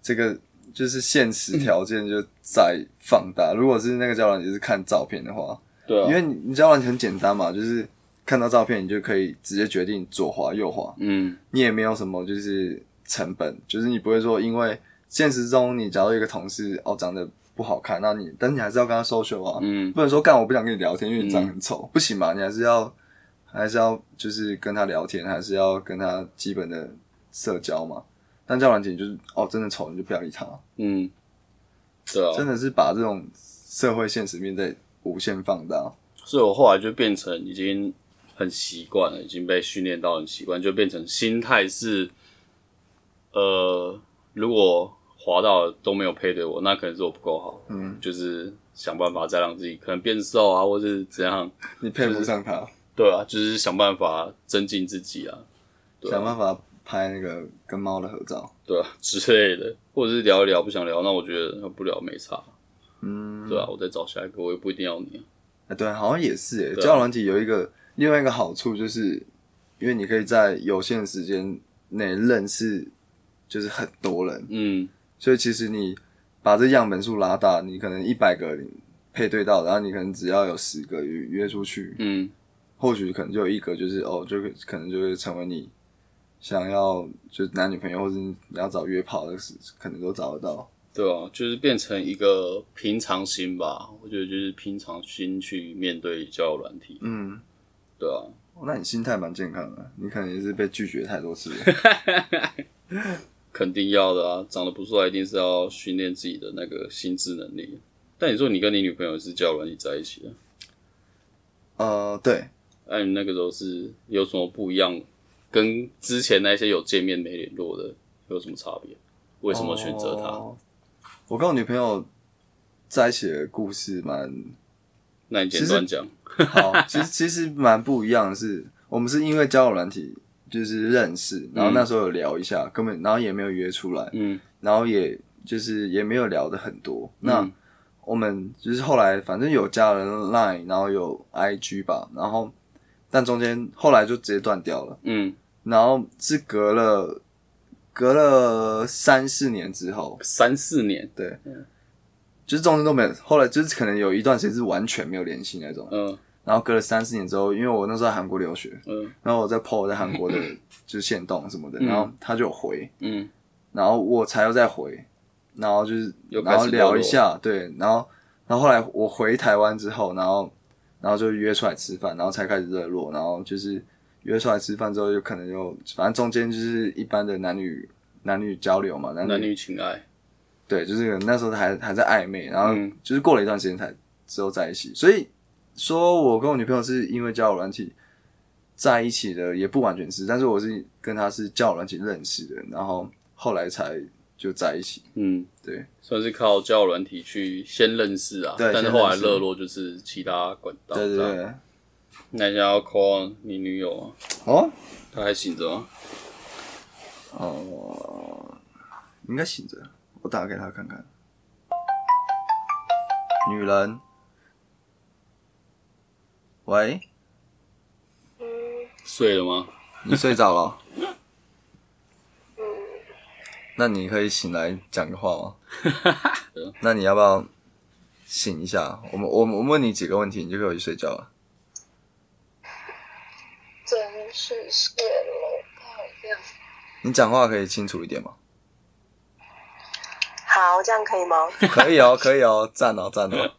S2: 这个就是现实条件就再放大。如果是那个交友软体是看照片的话，
S1: 对啊，
S2: 因为你你交友软体很简单嘛，就是看到照片你就可以直接决定左滑右滑，
S1: 嗯，
S2: 你也没有什么就是成本，就是你不会说因为现实中你假如一个同事哦长得不好看，那你但你还是要跟他 social 啊，
S1: 嗯
S2: 不能说干我不想跟你聊天，因为你长得很丑，不行嘛，你还是要还是要就是跟他聊天，还是要跟他基本的社交嘛。但交友软体就是哦真的丑你就不要理他，
S1: 嗯，对啊，
S2: 真的是把这种社会现实面在无限放大。
S1: 所以我后来就变成已经很习惯了，已经被训练到很习惯，就变成心态是，呃，如果滑到了都没有配对我，那可能是我不够好，
S2: 嗯，
S1: 就是想办法再让自己可能变瘦啊，或是怎样，
S2: 你配不上他，
S1: 对啊，就是想办法增进自己啊，对啊
S2: 想办法拍那个跟猫的合照。
S1: 对啊之类的，或者是聊一聊不想聊，那我觉得不聊没差，
S2: 嗯，
S1: 对啊，我再找下一个，我也不一定要你啊、
S2: 啊，对，好像也是诶、
S1: 对啊
S2: 交友软体有一个另外一个好处，就是因为你可以在有限的时间内认识，就是很多人，
S1: 嗯，
S2: 所以其实你把这样本数拉大，你可能一百个配对到，然后你可能只要有十个约约出去，
S1: 嗯，
S2: 或许可能就有一个就是哦，就可可能就会成为你想要就是男女朋友，或者你要找约炮的事，可能都找得到。
S1: 对啊，就是变成一个平常心吧。我觉得就是平常心去面对交友软体，
S2: 嗯，
S1: 对啊，
S2: 哦那你心态蛮健康的，啊你可能也是被拒绝太多次了。
S1: *laughs* 肯定要的啊。长得不帅一定是要训练自己的那个心智能力。但你说你跟你女朋友是交友软体在一起的，
S2: 呃，对，
S1: 那、你那个时候是有什么不一样？跟之前那些有见面没联络的有什么差别？为什么选择他？
S2: 哦我跟我女朋友在一起的故事
S1: *laughs*
S2: 蛮
S1: 那你简单讲，
S2: 好，其实其实蛮不一样的是，我们是因为交友软体就是认识，然后那时候有聊一下，根本然后也没有约出来，
S1: 嗯
S2: 然后也就是也没有聊的很多。
S1: 嗯
S2: 那我们就是后来反正有加了 Line，然后有 IG 吧，然后但中间后来就直接断掉了，
S1: 嗯，
S2: 然后是隔了隔了三四年之后，
S1: 三四年，
S2: 就是中间都没有，后来就是可能有一段时间是完全没有联系那种。
S1: 嗯
S2: 然后隔了三四年之后，因为我那时候在韩国留学，
S1: 嗯
S2: 然后我在 PO 我在韩国的就是线动什么的，
S1: 嗯
S2: 然后他就有回，
S1: 嗯，
S2: 然后我才又再回，然后就是
S1: 又开
S2: 然
S1: 始
S2: 后聊一下，对，然后然后后来我回台湾之后，然后然后就约出来吃饭，然后才开始热络，然后就是约出来吃饭之后，就可能又反正中间就是一般的男女男女交流嘛，男女
S1: 男女情爱，
S2: 对，就是可能那时候还还在暧昧，然后
S1: 嗯
S2: 就是过了一段时间才之后在一起。所以说我跟我女朋友是因为交友软体在一起的，也不完全是，但是我是跟她是交友软体认识的，然后后来才就在一起。
S1: 嗯，
S2: 对，
S1: 算是靠交友软体去先认识啊，
S2: 对
S1: 但是
S2: 先
S1: 后来
S2: 认识
S1: 热络就是其他管道。
S2: 对对
S1: 这样
S2: 对，
S1: 那你想要 call 你女友啊？
S2: 哦
S1: 她还醒着吗？
S2: 哦，应该醒着，我打给她看看。女人，喂，
S1: 睡了吗？
S2: 你睡着了？那你可以醒来讲个话吗？那你要不要醒一下？我们我们我问你几个问题，你就可以去睡觉了。
S3: 真是谢了，讨厌。
S2: 你讲话可以清楚一点吗？
S3: 好，这样可以吗？
S2: 可以哦，可以哦，赞哦，赞哦。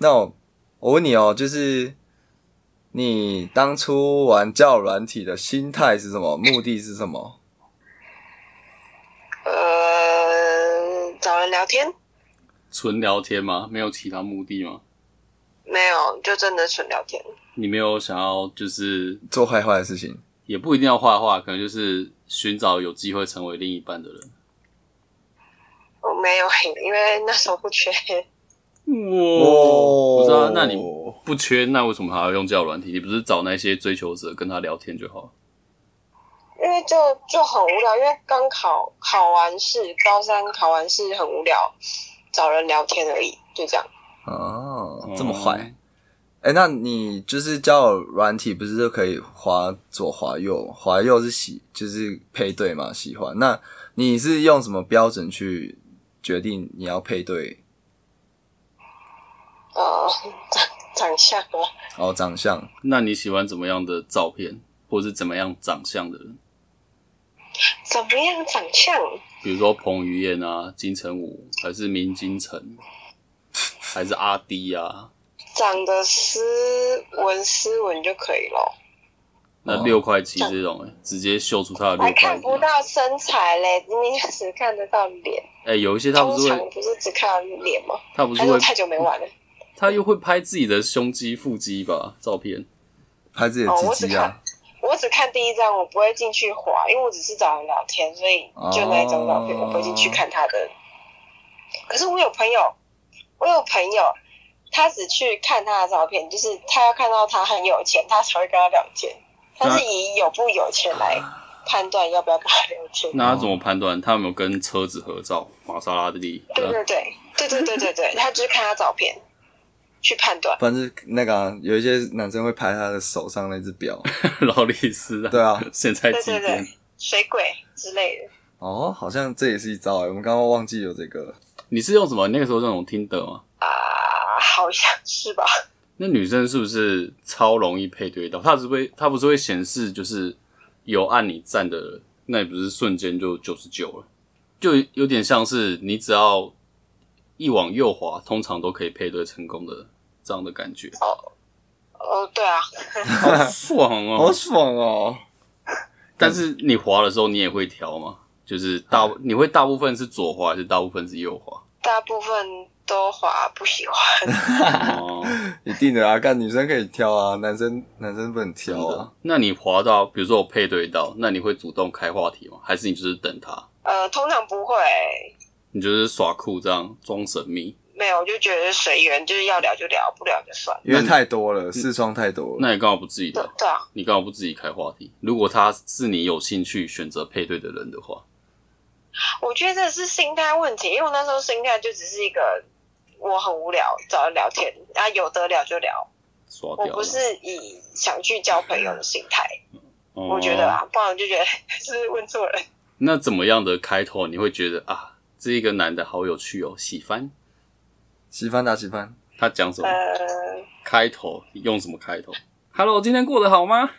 S2: 那我我问你哦，就是你当初玩教软体的心态是什么？目的是什么？
S3: 呃，找人聊天
S1: 纯聊天吗？没有其他目的吗？
S3: 没有，就真的纯聊天。
S1: 你没有想要就是
S2: 做坏坏的事情？
S1: 也不一定要画画，可能就是寻找有机会成为另一半的人。
S3: 我没有，因为那时候不缺。
S1: 哇不是啊，那你不缺，那为什么还要用交友软体？你不是找那些追求者跟他聊天就好了？
S3: 因为就就很无聊，因为刚考考完试，高三考完试很无聊，找人聊天而已，就这样。
S2: 哦，这么坏。
S1: 嗯
S2: 哎、那你就是交友软体，不是就可以滑左滑右？滑右是喜，就是配对嘛，喜欢。那你是用什么标准去决定你要配对？
S3: 呃，长长相啊，
S2: 哦，长相，
S1: 那你喜欢怎么样的照片，或者是怎么样长相的人？
S3: 怎么样长相？
S1: 比如说彭于晏啊、金城武，还是明金城，还是阿迪啊？
S3: 长得斯文斯文就可以了，
S1: 那六块七这种、欸，直接秀出他的
S3: 还
S1: 六块
S3: 看
S1: 肌
S3: 不到身材嘞，你只看得到脸。
S1: 哎、有一些他不
S3: 通
S1: 是
S3: 常
S1: 会，
S3: 不是只看到脸吗？
S1: 他不是
S3: 还是
S1: 会
S3: 我，太久没玩了？
S1: 他又会拍自己的胸肌、腹肌吧？照片
S2: 拍自己的
S3: 哦我
S2: 鸡
S3: 只
S2: 鸡啊
S3: 看。我只看第一张，我不会进去滑，因为我只是找人聊天，所以就那一张照片，
S2: 哦
S3: 我不会进去看他的。可是我有朋友，我有朋友，他只去看他的照片，就是他要看到他很有钱，他才会跟他聊天。他是以有不有钱来判断要不要跟他聊天。
S1: 啊那他怎么判断他有没有跟车子合照？玛莎拉蒂？
S3: 对对对对对对对对，他就是看他照片去判断。
S2: 反正那个、啊、有一些男生会拍他的手上那只表，
S1: *laughs* 劳力士啊？
S2: 对啊，
S1: 现在
S3: 对
S1: 几
S3: 对
S1: 点
S3: 对？，水鬼之类的。
S2: 哦，好像这也是一招哎、我们刚刚忘记有这个了。
S1: 你是用什么？那个时候是那种听的吗？
S3: 啊，好像是吧？
S1: 那女生是不是超容易配对到？她是不是她不是会显示就是有按你赞的人，那也不是瞬间就九十九了，就有点像是你只要一往右滑，通常都可以配对成功的这样的感觉，
S3: 哦，对啊，
S1: *laughs* 好爽哦！
S2: 好爽哦！
S1: 但是你滑的时候你也会调吗？就是大你会大部分是左滑还是大部分是右滑？
S3: 大部分都滑不喜欢。
S1: 哦，
S2: 一定的啊，干女生可以挑啊，男生男生不能
S1: 真
S2: 挑啊
S1: 的。。那你滑到，比如说我配对到，那你会主动开话题吗？还是你就是等他？
S3: 呃，通常不会，
S1: 你就是耍酷这样装神秘？
S3: 没有，我就觉得随缘，就是要聊就聊，不聊就算。
S2: 因为太多了，视窗太多了。
S1: 嗯那你干嘛不自己
S3: 对
S1: 聊？
S3: 对啊，
S1: 你干嘛不自己开话题？如果他是你有兴趣选择配对的人的话，
S3: 我觉得这是心态问题，因为我那时候心态就只是一个我很无聊，找人聊天，啊，有得聊就聊。
S1: 刷
S3: 我
S1: 掉
S3: 不
S1: 了。
S3: 是以想去交朋友的心态，
S1: 哦
S3: 我觉得啊啦，不然我就觉得 *laughs* 是问错人。
S1: 那怎么样的开头你会觉得啊，这个男的好有趣哦，喜欢
S2: 喜欢打喜欢，
S1: 他讲什么？
S3: 呃，
S1: 开头用什么开头？Hello，今天过得好吗？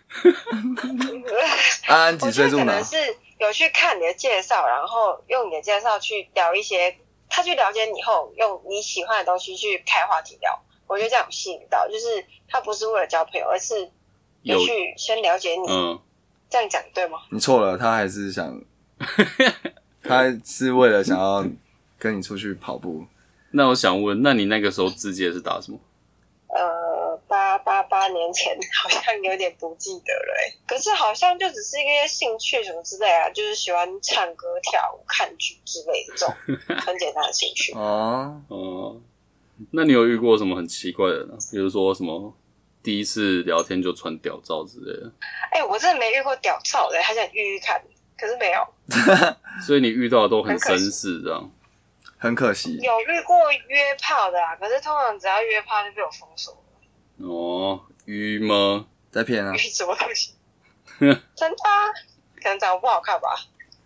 S2: 安安几
S3: 我觉
S2: 岁
S3: 得
S2: 住
S3: 可
S1: 啊
S2: 哪
S3: 能？是有去看你的介绍，然后用你的介绍去聊一些，他去了解你后，用你喜欢的东西去开话题聊。我觉得这样有吸引到，就是他不是为了交朋友，而是
S1: 有
S3: 要去先了解你。
S1: 嗯，
S3: 这样讲对吗？
S2: 你错了，他还是想，他是为了想要跟你出去跑步。
S1: 那我想问，那你那个时候字界是打什么？
S3: 呃，八八八年前好像有点不记得了、欸，可是好像就只是一些兴趣什么之类啊，就是喜欢唱歌、跳舞、看剧之类的
S1: *laughs*
S3: 这种很简单的兴趣。
S2: 哦，
S1: 哦、那你有遇过什么很奇怪的人、啊？比如说什么第一次聊天就传屌照之类的？
S3: 哎、我真的没遇过屌照的、还想遇遇看，可是没有。
S1: 所以你遇到的都很
S3: 很可
S1: 绅
S3: 惜
S1: 士，这样
S2: 很可惜，
S3: 有遇过约炮的啊，可是通常只要约炮就被我封锁了，
S1: 哦，鱼吗？
S2: 在骗啊
S3: 约！什么东
S2: *laughs*
S3: 西？真的、啊，可能长得不好看吧。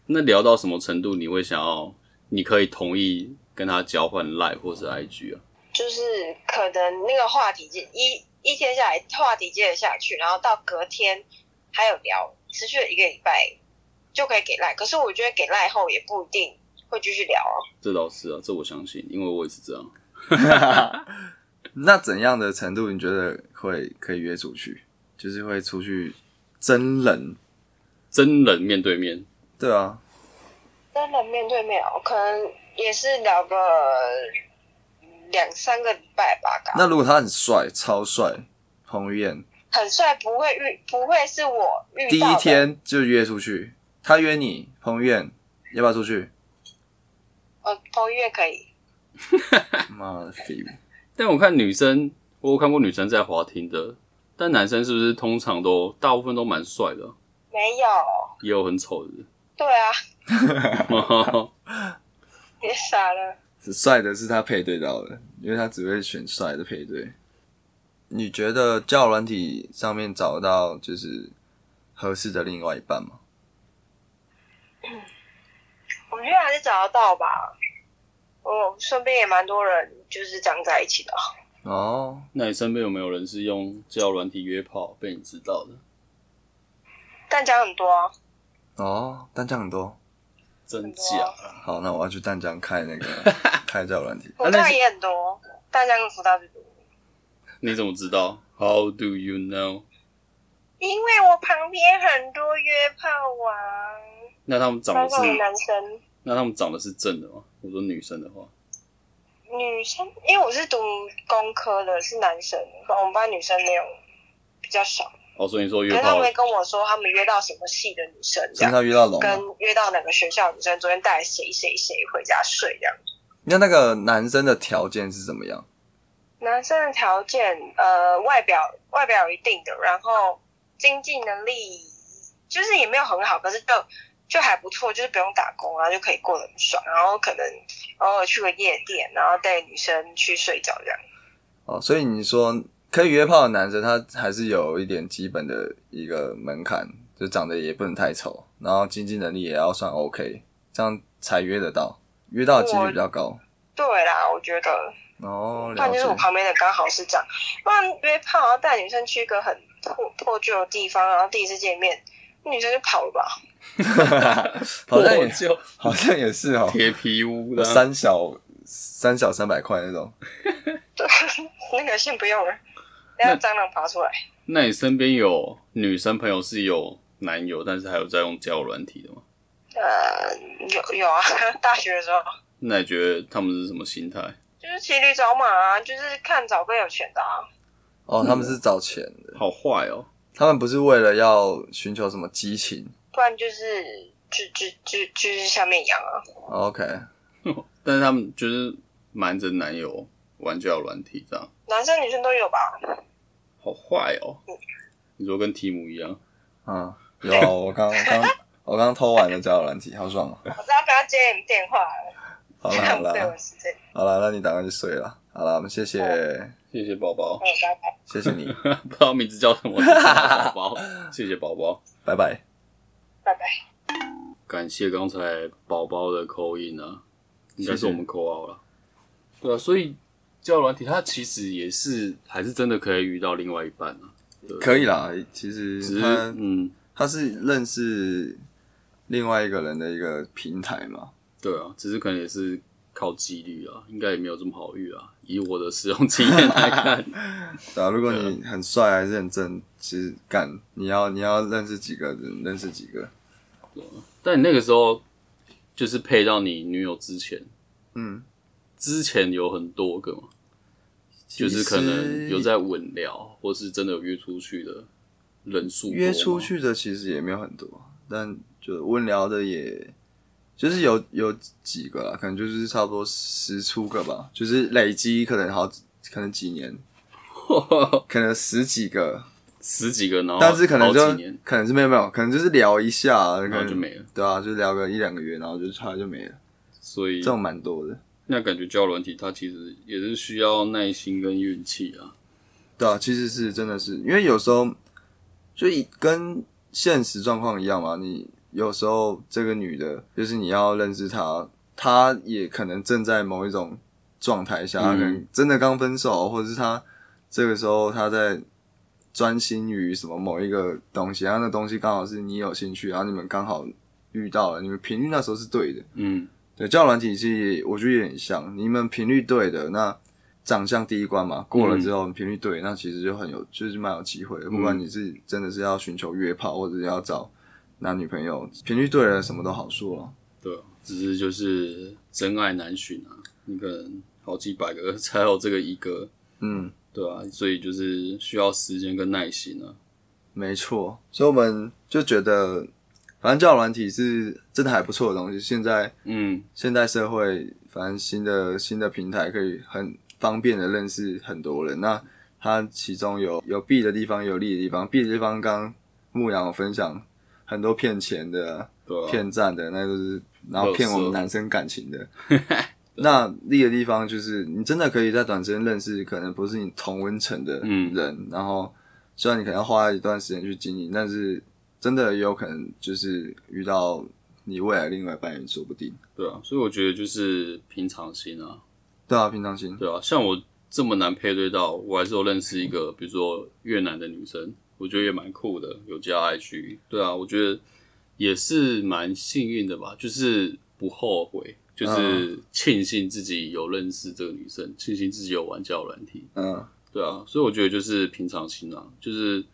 S1: 那聊到什么程度你会想要？你可以同意跟他交换 line 或是 IG 啊？
S3: 就是可能那个话题接一一天下来，话题接得下去，然后到隔天还有聊，持续了一个礼拜就可以给赖。可是我觉得给赖后也不一定会继续聊啊。
S1: 这倒是啊，这我相信，因为我也是这样。
S2: 那怎样的程度你觉得会可以约出去？就是会出去真人？
S1: 真人面对面，
S2: 对啊，
S3: 真人面对面哦，可能也是聊个两三个礼拜吧。搞
S2: 那如果他很帅，超帅，彭于晏，
S3: 很帅，不会遇，不会是我遇
S2: 第
S3: 到
S2: 一
S3: 的
S2: 天就约出去，他约你，彭于晏要不要出去？
S3: 哦，彭于晏可以。
S2: 妈的废物！
S1: 但我看女生，我有看过女生在滑听的，但男生是不是通常都大部分都蛮帅的啊，
S3: 没有，
S1: 也有很丑的。
S3: 对啊， *laughs*
S1: 哦
S3: 别傻了。
S2: 帅的是他配对到的，因为他只会选帅的配对。你觉得交友软体上面找到就是合适的另外一半吗？
S3: 我觉得还是找得到吧。我身边也蛮多人就是这样在一起的。
S2: 哦，
S1: *laughs* 那你身边有没有人是用交友软体约炮被你知道的？
S3: 但讲很多啊，
S2: 哦，淡江很多。
S1: 真假？
S3: 啊
S2: 好，那我要去淡江开 *laughs* 那个开交友软体。
S3: 福
S1: 啊那
S3: 大
S1: 是
S3: 也很多，大家跟福大最多。
S1: 你怎么知道？How do you know？
S3: 因为我旁边很多约炮王，
S1: 那他们长
S3: 包
S1: 得
S3: 括
S1: 是
S3: 男生、
S1: 那他们长得是正的吗？我说女生的话，
S3: 女生，因为我是读工科的，是男生，我们班女生没有比较少。
S1: 哦，所以你说约
S3: 可哎是他
S1: 炮
S3: 们会跟我说，他们约到什么系的女生这
S2: 什么
S3: 样，
S2: 叫约到龙、啊？
S3: 跟约到哪个学校的女生，昨天带谁谁谁回家睡这样。
S2: 那那个男生的条件是怎么样？
S3: 男生的条件，呃，外表外表有一定的，然后经济能力就是也没有很好，可是就就还不错，就是不用打工啊，就可以过得很爽。然后可能偶尔去个夜店，然后带女生去睡觉这样。
S2: 哦，所以你说可以约炮的男生，他还是有一点基本的一个门槛，就长得也不能太丑，然后经济能力也要算 OK，这样才约得到，约到的几率比较高。
S3: 对啦，我觉得，
S2: 哦，
S3: 不然
S2: 了
S3: 就是我
S2: 解。
S3: 旁边的刚好是这样，不然约炮，然后带女生去一个很破破旧的地方，然后第一次见面，女生就跑了吧？
S2: 好像
S1: 我
S2: 也
S1: 就
S2: 好像也是哦，
S1: *laughs* 铁皮屋的啊，
S2: 三小三小三百块那种。
S3: 对， *laughs* 那个先不用了，等下蟑螂爬出来。
S1: 那你身边有女生朋友是有男友，但是还有在用交友软体的吗？
S3: 呃，有有啊， *laughs* 大学的时候
S1: 那你觉得他们是什么心态？
S3: 就是骑驴找马啊，就是看找更有钱的啊。
S2: 哦，他们是找钱的，
S1: 好坏哦，
S2: 他们不是为了要寻求什么激情。
S3: 不然就是就就就就是下面痒啊。
S2: 哦 OK，
S1: 但是他们就是瞒着男友玩交友软体这样，
S3: 男生女生都有
S2: *laughs*
S3: 吧？
S1: 好坏哦。你说跟提姆一样，
S2: 嗯，有啊我刚我刚我刚偷玩了交友软体，好爽啊！
S3: 我知道跟他接你电话了，
S2: 好啦好
S3: *laughs* 浪费
S2: 啦
S3: 我时间。
S2: 好啦，那你打算去睡了。好啦，我们谢谢
S1: 谢谢宝宝， *laughs*
S3: 哎，拜拜。
S2: 谢谢你，
S1: 不知道名字叫什么，只知道宝宝，谢谢宝宝，
S2: 拜拜。
S3: 拜拜。
S1: 感谢刚才宝宝的口音啊，应该
S2: 谢
S1: 是
S2: 谢
S1: 我们口号了。对啊，所以交友软体它其实也是还是真的可以遇到另外一半啊，
S2: 可以啦，其
S1: 只
S2: 实
S1: 是
S2: 他
S1: 嗯，
S2: 他是认识另外一个人的一个平台嘛。
S1: 对啊，只是可能也是靠几率啊，应该也没有这么好遇啊。以我的使用经验来看，
S2: *laughs* 对啊，如果你很帅还是很正，其实干你要你要认识几个人，认识几个。
S1: 但你那个时候就是配到你女友之前，
S2: 嗯，
S1: 之前有很多个嘛，就是可能有在稳聊，或是真的有约出去的人数多吗
S2: 约出，去的其实也没有很多，但就问聊的也，就是有有几个啦，可能就是差不多十出个吧，就是累积可能好几可能
S1: *laughs*
S2: 几年，可能十几个，
S1: 十几个，然后
S2: 但是可能就
S1: 哦好几年，
S2: 可能是没有没有，可能就是聊一下，可
S1: 然后
S2: 能
S1: 就没了。嗯
S2: 对啊，就聊个一两个月，然后就后来就没了，
S1: 所以
S2: 这种蛮多的。
S1: 那感觉交友软体它其实也是需要耐心跟运气啊。
S2: 对啊，其实是真的是，因为有时候就以跟现实状况一样嘛，你有时候这个女的，就是你要认识她，她也可能正在某一种状态下，她可能真的刚分手，或者是她这个时候她在专心于什么某一个东西，然后那东西刚好是你有兴趣，然后你们刚好遇到了，你们频率那时候是对的，
S1: 嗯，
S2: 对，交友软体是我觉得也很像，你们频率对的，那长相第一关嘛，过了之后频率对，那其实就很有，就是蛮有机会的。不管你是真的是要寻求约炮，或者是要找男女朋友，频率对了，什么都好说了。
S1: 对啊，只是就是真爱难寻啊，你可能好几百个 *laughs* 才有这个一个，
S2: 嗯，
S1: 对啊，所以就是需要时间跟耐心啊。
S2: 没错，所以我们就觉得，反正交友软体是真的还不错的东西。现在
S1: 嗯，
S2: 现代社会，反正新的新的平台可以很方便的认识很多人。那它其中有有弊的地方，有利的地方。弊的地方，刚刚牧羊有分享很多骗钱的、
S1: 对啊，
S2: 骗赞的，那都、是然后
S1: 垃圾
S2: 骗我们男生感情的。那利的地方就是，你真的可以在短时间认识可能不是你同温层的
S1: 嗯
S2: 人，然后虽然你可能要花一段时间去经营，但是真的也有可能就是遇到你未来另外一半也说不定。
S1: 对啊，所以我觉得就是平常心啊，
S2: 对啊，平常心。
S1: 对啊，像我这么难配对到，我还是有认识一个，比如说越南的女生，我觉得也蛮酷的，有加 IG，对啊，我觉得也是蛮幸运的吧，就是不后悔，就是庆幸自己有认识这个女生，庆幸自己有玩交友软体，
S2: 嗯，
S1: 对啊，所以我觉得就是平常心啊，就是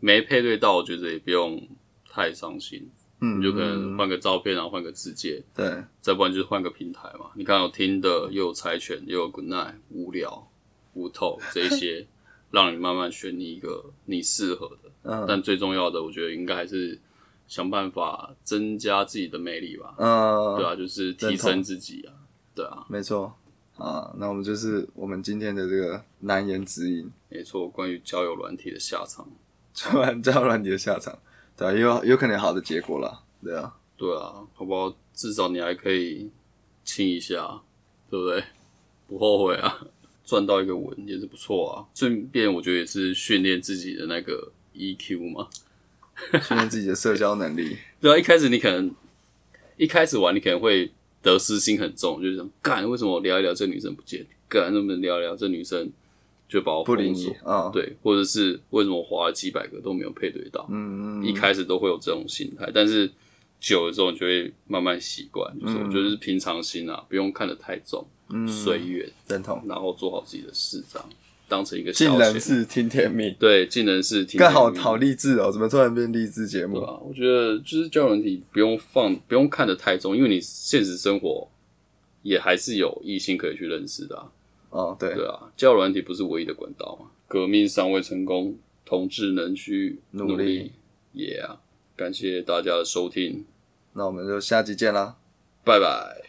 S1: 没配对到，我觉得也不用太伤心，
S2: 嗯，
S1: 你就可能
S2: 嗯
S1: 换个照片，然啊后换个字节，
S2: 对，
S1: 再不然就是换个平台嘛。你看有听的，又有柴犬，又有 Good Night，无聊、无透这一
S2: *laughs*
S1: 些，让你慢慢选你一个你适合的。
S2: 嗯
S1: 但最重要的，我觉得应该还是想办法增加自己的魅力吧。
S2: 嗯，
S1: 对啊，就是提
S2: 认同
S1: 升自己啊。对啊，
S2: 没错啊。那我们就是我们今天的这个难言之隐， *laughs*
S1: 没错。关于交友软体的下场，
S2: 突然交软你的下场，对啊，也有有可能有好的结果啦，对啊，
S1: 对啊，好不好？至少你还可以亲一下，对不对？ *laughs* 不后悔啊，赚到一个吻也是不错啊。顺便我觉得也是训练自己的那个 EQ 嘛。
S2: 训练自己的社交能力，
S1: 对啊，一开始你可能一开始玩，你可能会得失心很重，就是想干为什么我聊一聊这女生不见，干那么聊一聊这女生就把我
S2: 不理
S1: 封
S2: 你
S1: 锁
S2: 啊，
S1: 对，或者是为什么我划了几百个都没有配对到，
S2: 嗯嗯，
S1: 一开始都会有这种心态，但是久了之后你就会慢慢习惯，就是我觉得是平常心啊，不用看得太重，
S2: 嗯
S1: 随缘，
S2: 认同，
S1: 然后做好自己的事，这样当成一个消
S2: 尽人
S1: 遣。
S2: 事听天命，
S1: 对，尽人事，听
S2: 刚
S1: 天
S2: 好
S1: 命
S2: 好励志哦，怎么突然变励志节
S1: 对
S2: 目？
S1: 啊，我觉得就是交友软体不用放，不用看得太重，因为你现实生活也还是有异性可以去认识的、啊。
S2: 哦，对，
S1: 对啊，交友软体不是唯一的管道嘛。革命尚未成功，同志仍需
S2: 努
S1: 努
S2: 力
S1: 力。Yeah，感谢大家的收听，
S2: 那我们就下集见啦。
S1: 拜拜。